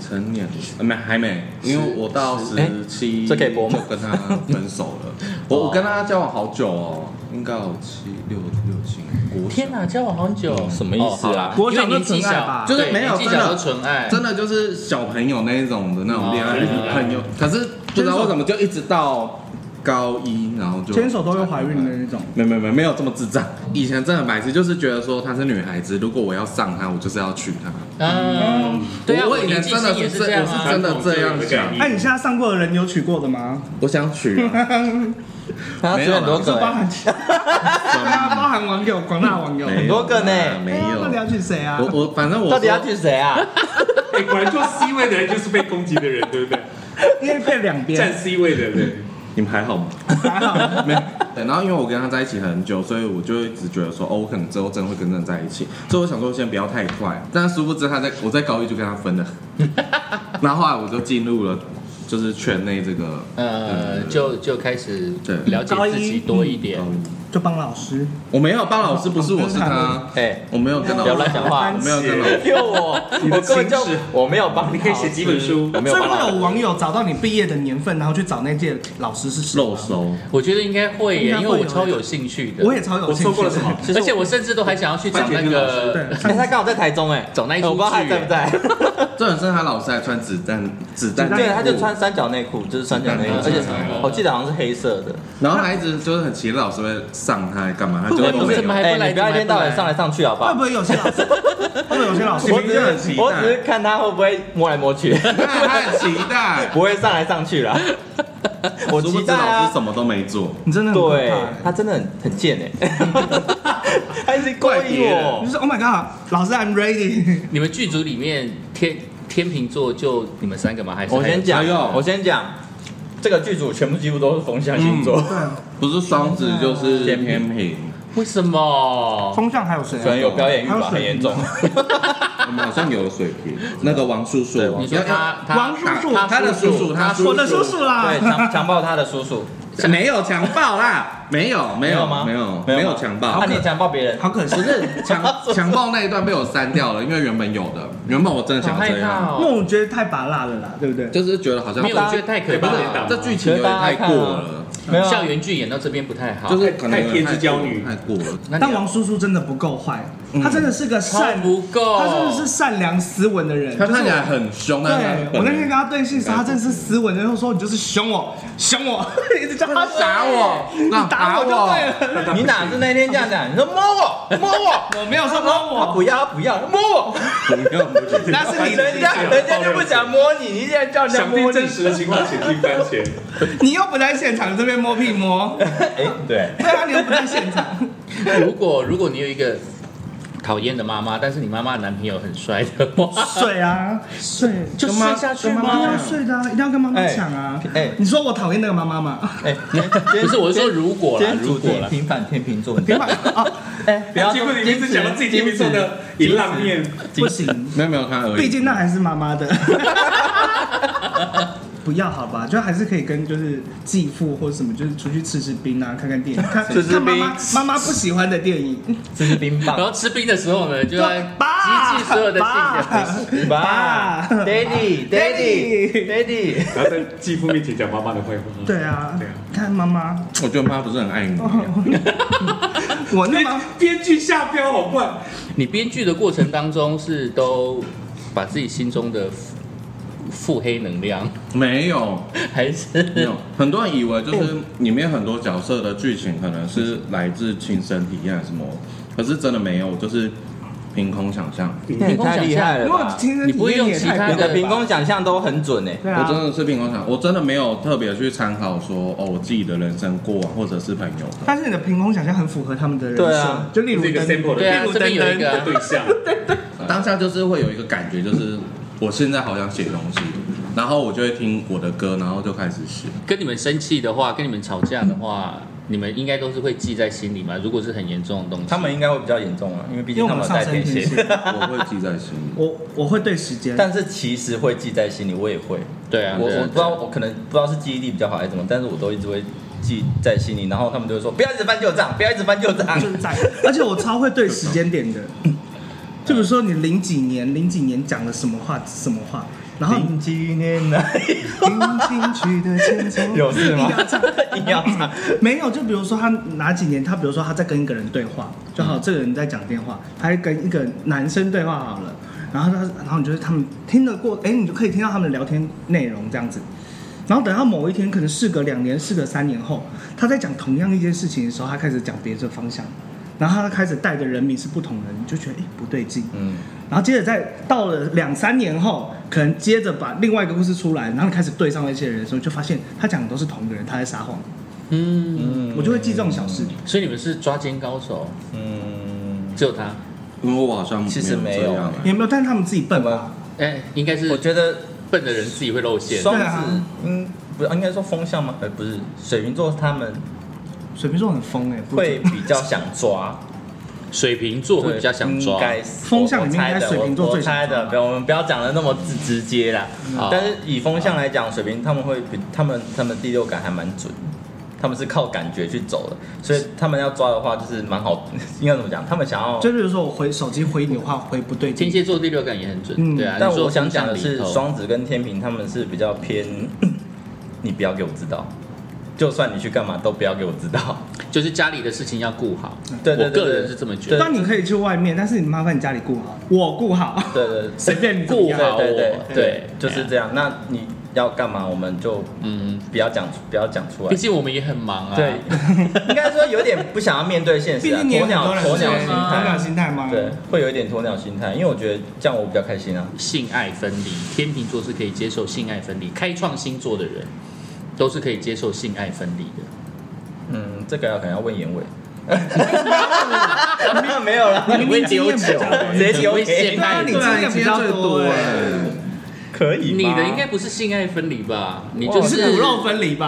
Speaker 1: 成年呃没还没，因为我到十
Speaker 2: 哎
Speaker 1: 七
Speaker 2: 这
Speaker 1: 就
Speaker 2: 可以播吗
Speaker 1: 跟他分手了。我我跟他交往好久哦，应该有七六六七国小
Speaker 3: 天哪，交往好久，
Speaker 2: 什么意思啊
Speaker 3: 哦好啦
Speaker 5: 国小
Speaker 3: 因为年纪
Speaker 5: 就纯爱
Speaker 3: 小
Speaker 5: 吧，
Speaker 1: 就是
Speaker 3: 对
Speaker 1: 没有
Speaker 3: 年纪
Speaker 1: 真
Speaker 3: 小
Speaker 1: 的
Speaker 3: 都纯爱，
Speaker 1: 真的就是小朋友那一种的那种恋爱
Speaker 3: 哦
Speaker 1: 朋友，可是不知道为什么就一直到高一，然后就
Speaker 5: 牵手都会怀孕的那种。
Speaker 1: 没没没没有这么智障。以前真的白痴，就是觉得说她是女孩子，如果我要上她，我就是要娶她。
Speaker 3: 嗯，对啊，
Speaker 1: 我以前
Speaker 3: 年纪
Speaker 1: 真的
Speaker 3: 也
Speaker 1: 是
Speaker 3: 是这样
Speaker 1: 我
Speaker 3: 啊
Speaker 1: 是。真的这样
Speaker 4: 传统
Speaker 1: 想
Speaker 4: 这，
Speaker 5: 哎、你现在上过的人有娶过的吗？
Speaker 1: 我想娶、啊。
Speaker 2: 他追很多
Speaker 1: 对
Speaker 5: 就
Speaker 2: 个
Speaker 5: 包
Speaker 2: 欸，
Speaker 5: 含，对啊，包含网友、广大网友。
Speaker 1: 没有
Speaker 2: 多个呢
Speaker 1: 没
Speaker 5: 哎呀到底要
Speaker 1: 有。
Speaker 5: 娶谁啊？
Speaker 1: 我我反正我
Speaker 2: 到底要
Speaker 1: 说
Speaker 2: 娶谁啊？
Speaker 4: 哎，果然做 C 位的人就是被攻击的人，对不对？
Speaker 5: 因为被两
Speaker 4: 站
Speaker 5: 边
Speaker 4: C 位的人，
Speaker 1: 你们还好吗？
Speaker 5: 还好，
Speaker 1: 没有。对，然后因为我跟他在一起很久，所以我就一直觉得说，哦，我可能之后真的会跟人在一起，所以我想说先不要太快。但殊不知他在我在高一就跟他 分了，然后后来我就进入了就是圈内这个
Speaker 3: 呃，就就开始
Speaker 1: 对
Speaker 3: 了解自己多一点
Speaker 1: 高。一。嗯
Speaker 5: 就帮老师。
Speaker 1: 我没有，帮老师不是我是他，
Speaker 2: 哎，
Speaker 1: 我没有跟老
Speaker 2: 不要乱
Speaker 1: 师，
Speaker 2: 讲话
Speaker 1: 我，没有跟老师。
Speaker 2: 因为我
Speaker 4: 你
Speaker 2: 我
Speaker 4: 的
Speaker 2: 根本就
Speaker 4: 心事
Speaker 2: 我没有帮
Speaker 4: 你可以写几本书
Speaker 2: 我没有
Speaker 5: 所以
Speaker 2: 帮
Speaker 5: 会有啊
Speaker 2: 老
Speaker 5: 网友找到你毕业的年份，然后去找那届老师是谁吗
Speaker 1: 漏收，
Speaker 3: 我觉得应该会耶，
Speaker 5: 应该
Speaker 3: 因
Speaker 5: 会
Speaker 3: 为
Speaker 5: 有
Speaker 3: 我超有兴趣的。
Speaker 5: 我也超有
Speaker 4: 我
Speaker 5: 兴趣。
Speaker 4: 错过了什么？？
Speaker 2: 其实
Speaker 3: 而且我甚至都还想要去找那
Speaker 5: 对
Speaker 3: 个，
Speaker 2: 哎，他刚好在台中哎，
Speaker 3: 找那一出
Speaker 2: 我不知道他
Speaker 3: 剧
Speaker 2: 在不在。
Speaker 1: 这很是他老师还穿子弹子弹内裤，
Speaker 2: 对，他就穿三角内裤，就是三角内裤，
Speaker 1: 嗯
Speaker 2: 而且我记得好像是黑色的。
Speaker 1: 然后他一直就是很期待老师会上他干嘛，他就
Speaker 3: 会
Speaker 1: 会
Speaker 3: 不
Speaker 1: 都没
Speaker 3: 会怎么
Speaker 1: 有。
Speaker 3: 还
Speaker 2: 哎，
Speaker 3: 不来？
Speaker 2: 你不要一天到晚上来
Speaker 3: 来。
Speaker 2: 上去好不
Speaker 5: 会不
Speaker 2: 好？
Speaker 5: 会有些老师？会不会有些老师
Speaker 1: 我？明明就很期待
Speaker 2: 我只是看他会不会摸来摸去，
Speaker 1: 哎他很期待，
Speaker 2: 不会上来上 去啦。我
Speaker 1: 殊不
Speaker 2: 期
Speaker 1: 知
Speaker 2: 待
Speaker 1: 老师
Speaker 2: 啊！
Speaker 1: 什么都没做。
Speaker 5: 你真的很可
Speaker 2: 对
Speaker 5: 怕。
Speaker 2: 他真的很很贱哎， 他一直勾
Speaker 1: 怪别
Speaker 2: 引
Speaker 1: 人
Speaker 2: 我
Speaker 5: 你。就说 Oh my God，老师 I'm ready。
Speaker 3: 你们剧组里面天天秤座就你们三个吗？还是
Speaker 2: 我先
Speaker 1: 哎
Speaker 2: 讲
Speaker 1: 呦，
Speaker 2: 我先讲，这个剧组全部几乎都是风象星座，
Speaker 1: 嗯
Speaker 5: 对，
Speaker 1: 不是双子就是天平，
Speaker 3: 为什么？
Speaker 5: 风向还有谁啊？
Speaker 2: 可能有表演欲
Speaker 5: 还有
Speaker 2: 吧，
Speaker 5: 水
Speaker 2: 很严重。
Speaker 1: 我们好像有水平。那个王叔叔，
Speaker 3: 你说他他
Speaker 5: 王叔叔
Speaker 1: 他的叔叔，他叔
Speaker 5: 啊我的叔叔啦
Speaker 2: 对，。强强暴他的叔叔，
Speaker 1: 没有强暴啦，没有没有
Speaker 2: 吗？
Speaker 1: 没有没有强暴
Speaker 2: 那，你强暴别人，
Speaker 5: 好可惜
Speaker 1: 不，是强强暴那一段被我删掉了，因为原本有的，原本我真的想
Speaker 3: 好
Speaker 1: 要
Speaker 3: 害
Speaker 1: 这
Speaker 3: 怕
Speaker 1: 样，
Speaker 5: 那
Speaker 3: 哦！
Speaker 5: 我觉得太拔辣了啦，对不对？
Speaker 1: 就是觉得好像
Speaker 3: 没有，我觉得太可
Speaker 1: 不
Speaker 3: 怕
Speaker 1: 是
Speaker 3: 了。
Speaker 1: 这剧情有点太过了，
Speaker 2: 没有啊
Speaker 3: 校园剧演到这边不太好，
Speaker 1: 就是可能有点
Speaker 4: 太天之骄女
Speaker 1: 太过了。
Speaker 3: 那你要
Speaker 5: 但王叔叔真的不够坏，
Speaker 1: 嗯
Speaker 5: 他真的是个
Speaker 3: 超
Speaker 5: 善，
Speaker 3: 不够，
Speaker 5: 他真的是善良斯文的人。
Speaker 1: 他看起
Speaker 5: 就是
Speaker 1: 来很凶，但是他
Speaker 5: 对，
Speaker 1: 本
Speaker 5: 我那
Speaker 1: 人
Speaker 5: 天跟他对戏的时候，他真的是斯文，然后说你就是凶我，凶我， 一直叫他
Speaker 1: 打我，那
Speaker 5: 你打我就对了。
Speaker 2: 你哪是那天这样讲？你说摸 我，摸我，
Speaker 5: 我没有说摸
Speaker 2: 他
Speaker 5: 我，
Speaker 2: 不要，他不要，他摸 我，
Speaker 1: 不要不要
Speaker 5: 那是你
Speaker 2: 人家人家就不想摸你，你竟然叫人家
Speaker 4: 想
Speaker 2: 摸你
Speaker 4: 听真，实的情况，请听番茄。
Speaker 5: 你又不在现场，这边摸屁摸，
Speaker 2: 哎，对，
Speaker 5: 对啊，你又不在现场，
Speaker 3: 如果如果你有一个讨厌的妈妈，但是你妈妈的男朋友很帅的话，
Speaker 5: 睡啊睡，
Speaker 3: 就
Speaker 1: 跟妈
Speaker 3: 睡下去
Speaker 1: 跟妈
Speaker 5: 妈妈
Speaker 1: 妈
Speaker 5: 要
Speaker 1: 讲
Speaker 5: 睡的啊，一定要跟妈妈抢啊。
Speaker 2: 哎哎
Speaker 5: 你说我讨厌那个妈妈吗？
Speaker 2: 哎，
Speaker 3: 不是，我是说如果
Speaker 2: 今
Speaker 3: 啦，
Speaker 2: 天
Speaker 3: 如
Speaker 2: 主
Speaker 3: 果
Speaker 2: 题
Speaker 3: 啦，
Speaker 2: 平反天秤座，
Speaker 5: 别把啊，
Speaker 2: 哎，不要
Speaker 4: 结果你一直讲到自己天秤座的
Speaker 2: 金
Speaker 4: 银
Speaker 2: 子
Speaker 4: 浪面，
Speaker 5: 不行，
Speaker 1: 没有没有看而已，
Speaker 5: 毕竟那还是妈妈的。不要好吧，就还是可以跟就是继父或者什么，就是出去吃吃冰啊，看看电影，看
Speaker 2: 吃吃
Speaker 5: 看妈妈
Speaker 2: 冰
Speaker 5: 妈妈不喜欢的电影。
Speaker 2: 这是 冰
Speaker 3: 然
Speaker 2: 棒
Speaker 3: 后。吃冰的时候呢，就要
Speaker 5: 爸，
Speaker 3: 集聚所有的性格。
Speaker 2: 爸，Daddy，Daddy，Daddy，
Speaker 4: 然后在继父面前讲妈妈的坏话。
Speaker 5: 对啊
Speaker 4: 对啊，
Speaker 5: 看妈妈，
Speaker 1: 我觉得妈不是很爱你，啊
Speaker 5: 我那
Speaker 4: 编
Speaker 5: 妈
Speaker 4: 编剧下标好怪，
Speaker 3: 你编剧的过程当中是都把自己心中的腹腹黑能量，
Speaker 1: 没有
Speaker 3: 还是嗯
Speaker 1: 没有，很多人以为就是里面很多角色的剧情可能是来自亲身体验什么，可是真的没有，就是凭空想象，
Speaker 2: 那也太厉害了
Speaker 5: 如
Speaker 2: 吧
Speaker 5: 果！亲身体验也太
Speaker 2: 啊你
Speaker 5: 多
Speaker 2: 的凭空想象都很准哎。
Speaker 5: 对
Speaker 1: 我
Speaker 5: 啊
Speaker 1: 真，的是凭空想，我真的没有特别去参考说哦我自己的人生过往或者是朋友的，
Speaker 5: 但是你的凭空想象很符合他们的人
Speaker 2: 对啊
Speaker 5: 设，就例如
Speaker 4: 这个
Speaker 5: 灯
Speaker 4: sample
Speaker 3: 对啊
Speaker 4: 的，
Speaker 3: 这边有一个啊
Speaker 4: 对象，
Speaker 1: 当下就是会有一个感觉，就是我现在好想写东西，然后我就会听我的歌，然后就开始 写。
Speaker 3: 跟你们生气的话，跟你们吵架的话，你们应该都是会记在心里嘛？如果是很严重的东西，
Speaker 2: 他们应该会比较严重啊，因为毕
Speaker 5: 因为
Speaker 2: 竟
Speaker 5: 我
Speaker 2: 他们有
Speaker 5: 们上
Speaker 2: 带
Speaker 5: 升
Speaker 2: 天
Speaker 5: 天
Speaker 2: 蝎。
Speaker 5: 蝎，
Speaker 1: 我会记在心里。
Speaker 5: 我我会对时间，
Speaker 2: 但是其实会记在心里，我也会。
Speaker 3: 对啊，
Speaker 2: 我
Speaker 3: 对啊
Speaker 2: 我不知道，我可能不知道是记忆力比较好还是怎么，但是我都一直会记在心里。然后他们就会说：“不要一直翻旧账，不要一直翻旧 账。
Speaker 5: 就是在，而且我超会对时间点的，就比如说你零几年零几年讲了什么话什么话，”然后
Speaker 2: 零几年来，
Speaker 5: 听进去的前奏
Speaker 2: 有事吗
Speaker 5: 一定要唱？
Speaker 2: 硬要唱，
Speaker 5: 没有，就比如说他哪几年，他比如说他在跟一个人对话，就好，这个人在讲电话，他在跟一个男生对话好了，然后他，然后你就是他们听得过，哎，你就可以听到他们的聊天内容这样子，然后等到某一天，可能事隔两年、事隔三年后，他在讲同样一件事情的时候，他开始讲别的方向，然后他开始带的人名是不同人，你就觉得哎不对劲。
Speaker 2: 嗯，
Speaker 5: 然后接着再到了两三年后，可能接着把另外一个故事出来，然后你开始对上那些人的时候，就发现他讲的都是同一个人，他在撒谎。
Speaker 3: 嗯，
Speaker 2: 嗯
Speaker 5: 我就会记这种小事。
Speaker 3: 所以你们是抓奸高手，
Speaker 2: 嗯，
Speaker 3: 只有他。
Speaker 1: 因为我好像
Speaker 2: 其实没有
Speaker 1: 这样啊
Speaker 5: 也没有，但是他们自己笨吧？
Speaker 3: 哎，应该是
Speaker 2: 我觉得
Speaker 3: 笨的人自己会露馅。
Speaker 2: 双
Speaker 5: 对
Speaker 2: 子
Speaker 5: 啊，
Speaker 2: 嗯，不，应该说风象吗？呃，不是，水瓶座他们
Speaker 5: 水瓶座很疯哎、不
Speaker 2: 会比较想抓，
Speaker 3: 水瓶座会比较想抓
Speaker 2: 应，该是
Speaker 5: 风象里
Speaker 2: 我
Speaker 5: 面
Speaker 2: 猜的
Speaker 5: 应该水瓶座
Speaker 2: 我
Speaker 5: 最
Speaker 2: 我
Speaker 5: 想抓
Speaker 2: 猜的，不要，我们不要讲的那么直直接啦。
Speaker 3: 好
Speaker 2: 但是以风象来讲，水瓶他们会比他们他们第六感还蛮准，他们是靠感觉去走的，所以他们要抓的话就是蛮好，应该怎么讲？他们想要，
Speaker 5: 就比如说我回手机回你的话回不对
Speaker 3: 天
Speaker 5: 劲，
Speaker 3: 蝎座第六感也很准。
Speaker 5: 嗯
Speaker 3: 对啊，
Speaker 2: 但
Speaker 3: 你说
Speaker 2: 我想讲的
Speaker 3: 风向里
Speaker 2: 是
Speaker 3: 头
Speaker 2: 双子跟天平他们是比较偏，你不要给我知道，就算你去干嘛都不要给我知道。
Speaker 3: 就是家里的事情要顾好。
Speaker 2: 对对
Speaker 3: 我
Speaker 2: 对
Speaker 3: 个
Speaker 2: 对
Speaker 3: 人是这么觉得。
Speaker 5: 但你可以去外面，但是你麻烦你家里顾好，我顾好，
Speaker 2: 对对对
Speaker 5: 随便你怎么
Speaker 3: 顾
Speaker 5: 样
Speaker 3: 好我
Speaker 2: 对对
Speaker 3: 对
Speaker 2: 对，
Speaker 3: 对
Speaker 2: 就是这样。那你要干嘛，我们就
Speaker 3: 嗯，
Speaker 2: 不要讲出，不要讲出来
Speaker 3: 毕。竟我们也很忙啊。
Speaker 2: 对， 应该说有点不想要面对现
Speaker 5: 毕
Speaker 2: 实、啊，
Speaker 5: 竟你也
Speaker 2: 鸵
Speaker 5: 很
Speaker 2: 鸟
Speaker 5: 多人
Speaker 2: 鸵鸟
Speaker 5: 是
Speaker 2: 心
Speaker 5: 鸵鸟
Speaker 2: 态，
Speaker 5: 心态嘛。
Speaker 2: 对，会有一点鸵鸟心态，因为我觉得这样我比较开心啊。
Speaker 3: 性爱分离，天秤座是可以接受性爱分离，开创星座的人都是可以接受性爱分离的。
Speaker 2: 嗯，这个要可能要问 严伟。 没有了，
Speaker 5: 你明明经验比较多
Speaker 2: 直接丢
Speaker 3: 你会
Speaker 2: 给
Speaker 3: 陷
Speaker 5: 对
Speaker 2: 你。
Speaker 5: 啊，你经验比较
Speaker 1: 欸
Speaker 5: 多哎、
Speaker 2: 可以
Speaker 3: 你
Speaker 2: 吗
Speaker 3: 的应该不是性爱分离吧？你就
Speaker 5: 你是骨肉分离吧？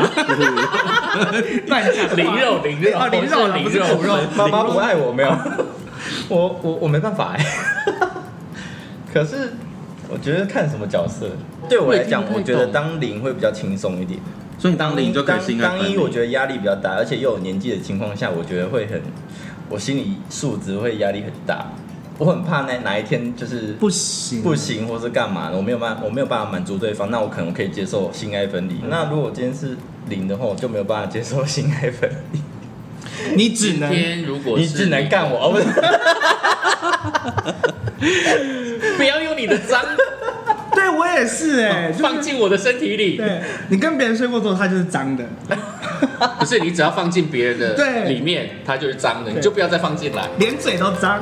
Speaker 5: 乱讲
Speaker 3: 灵肉灵肉
Speaker 5: 哦，灵肉啦
Speaker 3: 灵
Speaker 5: 不是骨肉
Speaker 3: 肉。
Speaker 2: 妈妈不爱我没有，我我我没办法哎。可是我觉得看什么角色，对我来讲
Speaker 3: 我，
Speaker 2: 我
Speaker 3: 也听不太
Speaker 2: 觉得
Speaker 3: 懂
Speaker 2: 当零会比较轻松一点。
Speaker 1: 所以你当零就可以
Speaker 2: 当
Speaker 1: 心安
Speaker 2: 当
Speaker 1: 分
Speaker 2: 一，我
Speaker 1: 离。
Speaker 2: 觉得压力比较大，而且又有年纪的情况下，我觉得会很，我心理素质会压力很大。我很怕那哪一天就是
Speaker 5: 不行
Speaker 2: 不行，或是干嘛的，我没有办法，我没有办法满足对方，那我可能可以接受性爱分离。那如果今天是零的话，我就没有办法接受性爱分离，
Speaker 5: 你只能
Speaker 3: 今天如果
Speaker 2: 你
Speaker 3: 是
Speaker 2: 只能干我，哦不是。
Speaker 3: 不要用你的脏
Speaker 5: 对我也是 哎、就是
Speaker 3: 放进我的身体里。
Speaker 5: 对你跟别人睡过之后，他就是脏的。
Speaker 3: 不是，你只要放进别人的
Speaker 5: 对
Speaker 3: 里面，它就是脏的，你
Speaker 5: 对
Speaker 3: 就不要再放进来。
Speaker 5: 连嘴都脏。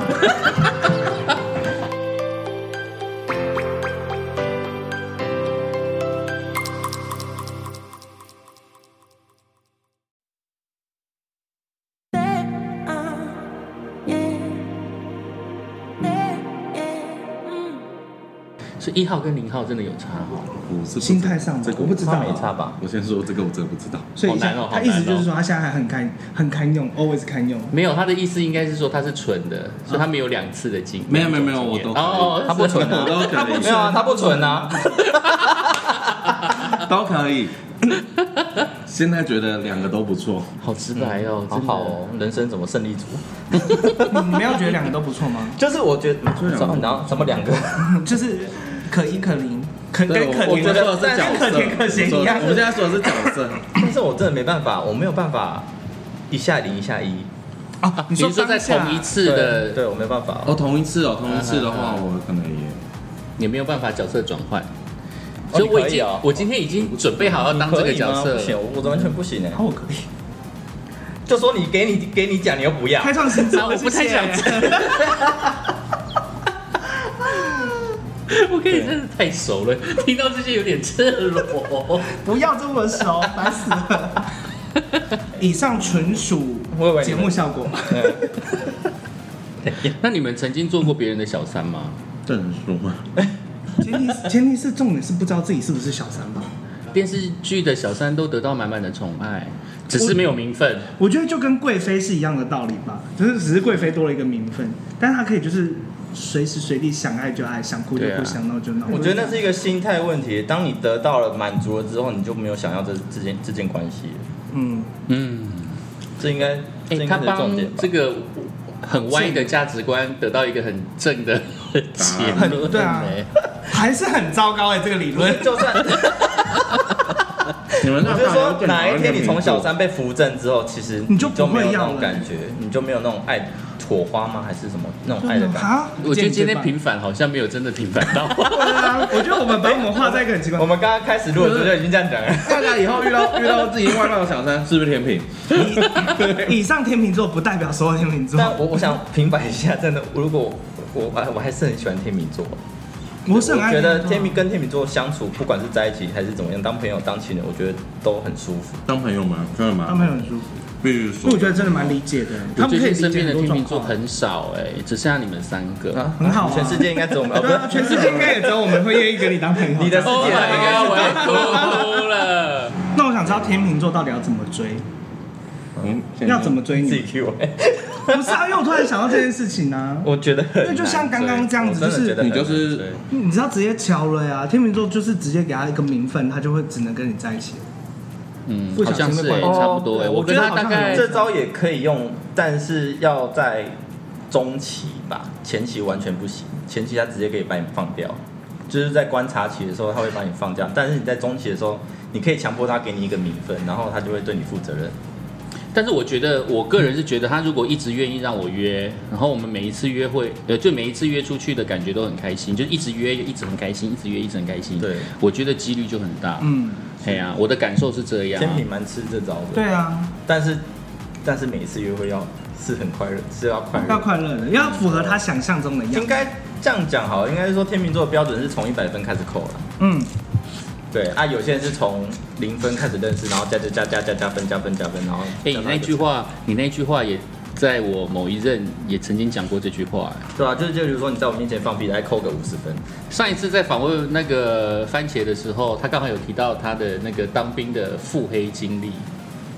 Speaker 3: 是一号跟零号真的有差哦。
Speaker 1: 我是不
Speaker 5: 心态上吗
Speaker 1: 这个
Speaker 5: 我不知道
Speaker 2: 差没差吧？
Speaker 1: 我先说这个我真的不知道。
Speaker 5: 所以
Speaker 3: 好难哦好
Speaker 5: 他
Speaker 3: 难哦
Speaker 5: 意思就是说，他现在还很堪很堪用，always 堪用。
Speaker 3: 没有，他的意思应该是说他是纯的，
Speaker 2: 啊
Speaker 3: 所以他没有两次的经。
Speaker 1: 没有没有没
Speaker 3: 两
Speaker 1: 有，
Speaker 3: 种
Speaker 1: 我
Speaker 3: 经验
Speaker 1: 都
Speaker 3: 哦，
Speaker 2: 他不
Speaker 3: 是
Speaker 2: 纯
Speaker 1: 我
Speaker 2: 啊，
Speaker 1: 都可
Speaker 2: 没有啊，他不纯啊。
Speaker 1: 以，都可以。 现在觉得两个都不错，
Speaker 3: 好直白哦，
Speaker 2: 好
Speaker 3: 真的
Speaker 2: 好哦，人生怎么胜利组？
Speaker 5: 你没有觉得两个都不错吗？
Speaker 2: 就是我觉得，嗯
Speaker 1: 就两个
Speaker 2: 怎么然后什么两个？
Speaker 5: 就是可一可零，可
Speaker 1: 对，
Speaker 5: 跟
Speaker 1: 我
Speaker 5: 可
Speaker 1: 我
Speaker 5: 零
Speaker 1: 觉
Speaker 5: 的
Speaker 1: 得说的是角
Speaker 5: 跟
Speaker 1: 色，
Speaker 5: 可甜可咸一样
Speaker 1: 我。们现在说的是角色，
Speaker 2: 但是我真的没办法，我没有办法一下零一下一。
Speaker 5: 啊，
Speaker 3: 你
Speaker 5: 说
Speaker 3: 是说在
Speaker 5: 当下
Speaker 3: 同一次
Speaker 2: 对
Speaker 3: 的，
Speaker 2: 对我没办法。
Speaker 1: 哦，同一次哦，同一次的话，我可能也
Speaker 3: 也没有办法角色转换，
Speaker 2: 哦
Speaker 3: 所以我已
Speaker 2: 你可以
Speaker 3: 经
Speaker 2: 哦
Speaker 3: 我今天已经准备好要当这个角
Speaker 2: 可以吗不行，
Speaker 3: 色。
Speaker 2: 我我完全不行哎
Speaker 5: 啊，。我可以
Speaker 2: 就说你给你给你讲，你又不要。
Speaker 5: 开创新
Speaker 3: 啊
Speaker 5: 作，
Speaker 3: 我不太想
Speaker 5: 谢谢
Speaker 3: 我跟你真是太熟了， 听到这些有点赤 裸。
Speaker 5: 不要这么熟，烦死了。以上纯属
Speaker 2: 我以为你们
Speaker 5: 节目效果，
Speaker 2: 嗯
Speaker 3: 那你们曾经做过别人的小三吗？
Speaker 1: 这能说吗？
Speaker 5: 前提是前提是重点是不知道自己是不是小三吧？
Speaker 3: 电视剧的小三都得到满满的宠爱，只是没有名分。
Speaker 5: 我觉得就跟贵妃是一样的道理吧，就是只是贵妃多了一个名分，但是她可以就是随时随地想爱就爱，想哭就
Speaker 3: 对啊
Speaker 5: 哭，想闹就闹。
Speaker 2: 我觉得那是一个心态问题。当你得到了满足了之后，你就没有想要这这件这件关系了。
Speaker 5: 嗯，
Speaker 3: 嗯，
Speaker 2: 这应该这
Speaker 3: 哎、
Speaker 2: 应该
Speaker 3: 他
Speaker 2: 是重点
Speaker 3: 帮
Speaker 2: 吧
Speaker 3: 这。个很歪的价值观得到一个很正的结论。
Speaker 5: 对啊
Speaker 3: 哎
Speaker 5: 还是很糟糕哎、这个理论。
Speaker 2: 就算
Speaker 1: 你们
Speaker 2: 我
Speaker 1: 那
Speaker 2: 就
Speaker 1: 大家都
Speaker 2: 说
Speaker 1: 对
Speaker 2: 哪一
Speaker 1: 人
Speaker 2: 天
Speaker 1: 民
Speaker 2: 你从
Speaker 1: 过
Speaker 2: 小三被扶正之后，其实
Speaker 5: 你就
Speaker 2: 就
Speaker 5: 不
Speaker 2: 没有
Speaker 5: 会
Speaker 2: 那
Speaker 5: 要
Speaker 2: 种
Speaker 5: 了
Speaker 2: 感觉，你就没有那种爱，火花吗？还是什么那种爱的感
Speaker 5: 对
Speaker 2: 觉？
Speaker 5: 啊，
Speaker 3: 哎我觉得今天
Speaker 5: 平，
Speaker 3: 平反好像没有真的平反 到，
Speaker 5: 啊我觉得我们把我们画在一个很奇怪
Speaker 2: 我。们刚刚开始录的时候就已经这样讲了。
Speaker 1: 大家以后遇到 遇到自己外貌的小三，是不是甜品？
Speaker 5: 以上天秤座不代表所有天秤座，
Speaker 2: 但我我想平反一下，真的，如果我我我还是很喜欢天秤座，
Speaker 5: 我是很爱
Speaker 2: 觉得
Speaker 5: 秤座啊
Speaker 2: 天秤跟天秤座相处，不管是在一起还是怎么样，当朋友当情人，我觉得都很舒服。
Speaker 1: 当朋友吗？真的吗？
Speaker 5: 他们很舒服，
Speaker 1: 必须
Speaker 5: 所
Speaker 1: 说
Speaker 5: 以我觉得真的蛮理解的，他
Speaker 3: 我最
Speaker 5: 们可以
Speaker 3: 近
Speaker 5: 理
Speaker 3: 身
Speaker 5: 解
Speaker 3: 边的
Speaker 5: 很
Speaker 3: 天
Speaker 5: 多状
Speaker 3: 秤座
Speaker 5: 况，
Speaker 3: 很少哎、只剩下你们三个。
Speaker 1: 啊
Speaker 5: 很好啊，
Speaker 2: 全世界应该只有 我们，
Speaker 5: 对啊，
Speaker 2: 哦
Speaker 5: 全世界应该也只有我们会愿意跟你当朋友。
Speaker 2: 你的世
Speaker 3: Oh my
Speaker 2: 界啊
Speaker 1: 哦
Speaker 3: god！我要哭了。
Speaker 5: 那我想知道天秤座到底要怎么追，
Speaker 1: 嗯，
Speaker 5: 要 怎么追
Speaker 2: 不是自
Speaker 5: 你
Speaker 2: 己？Q 我。
Speaker 5: 不是啊，因为 我突然想到这件事情啊，
Speaker 2: 我觉得很
Speaker 5: 因为就像刚刚这样子
Speaker 2: 难追
Speaker 5: 就是
Speaker 2: 我真的觉得很
Speaker 1: 你就是
Speaker 2: 难追
Speaker 5: 你知道直接敲了呀，天秤座就是直接给他一个名分，他就会只能跟你在一起。
Speaker 3: 嗯，
Speaker 5: 不
Speaker 3: 好
Speaker 5: 小心
Speaker 3: 像
Speaker 5: 会
Speaker 3: 是、
Speaker 5: 怪
Speaker 3: 欸、
Speaker 5: 我
Speaker 3: 差不多哎、
Speaker 5: 哦
Speaker 3: 我
Speaker 5: 我觉
Speaker 3: 跟
Speaker 5: 得
Speaker 3: 他
Speaker 5: 好
Speaker 3: 大
Speaker 5: 像
Speaker 3: 概
Speaker 5: 很
Speaker 2: 这招也可以用，但是要在中期吧，前期完全不行。前期他直接可以把你放掉，就是在观察期的时候他会把你放掉，但是你在中期的时候，你可以强迫他给你一个名分，然后他就会对你负责任。
Speaker 3: 但是我觉得，我个人是觉得，他如果一直愿意让我约，然后我们每一次约会，呃，就每一次约出去的感觉都很开心，就一直约，一直很开心，一直约，一直很开心。
Speaker 2: 对，
Speaker 3: 我觉得几率就很大。嗯，
Speaker 5: 嗯，
Speaker 3: 哎呀、我的感受是这样
Speaker 2: 天。平蛮吃这招的，
Speaker 5: 对，啊，
Speaker 2: 但是但是每一次约会要是很快乐，是要快
Speaker 5: 要
Speaker 2: 乐，
Speaker 5: 快乐的，要符合他想象中的样
Speaker 2: 应
Speaker 5: 子。
Speaker 2: 该这样讲好了，应该是说天秤座的标准是从一百分开始扣了。
Speaker 5: 嗯，
Speaker 2: 对啊，有些人是从零分开始认识，然后加加加加加加分加分加分，然后
Speaker 3: 哎、你那句话，你那句话也在我某一任也曾经讲过这句话、哎
Speaker 2: 对啊，就是就比如说你在我面前放屁，来扣个五十分，
Speaker 3: 上一次在访问那个番茄的时候，他刚好有提到他的那个当兵的腹黑经历，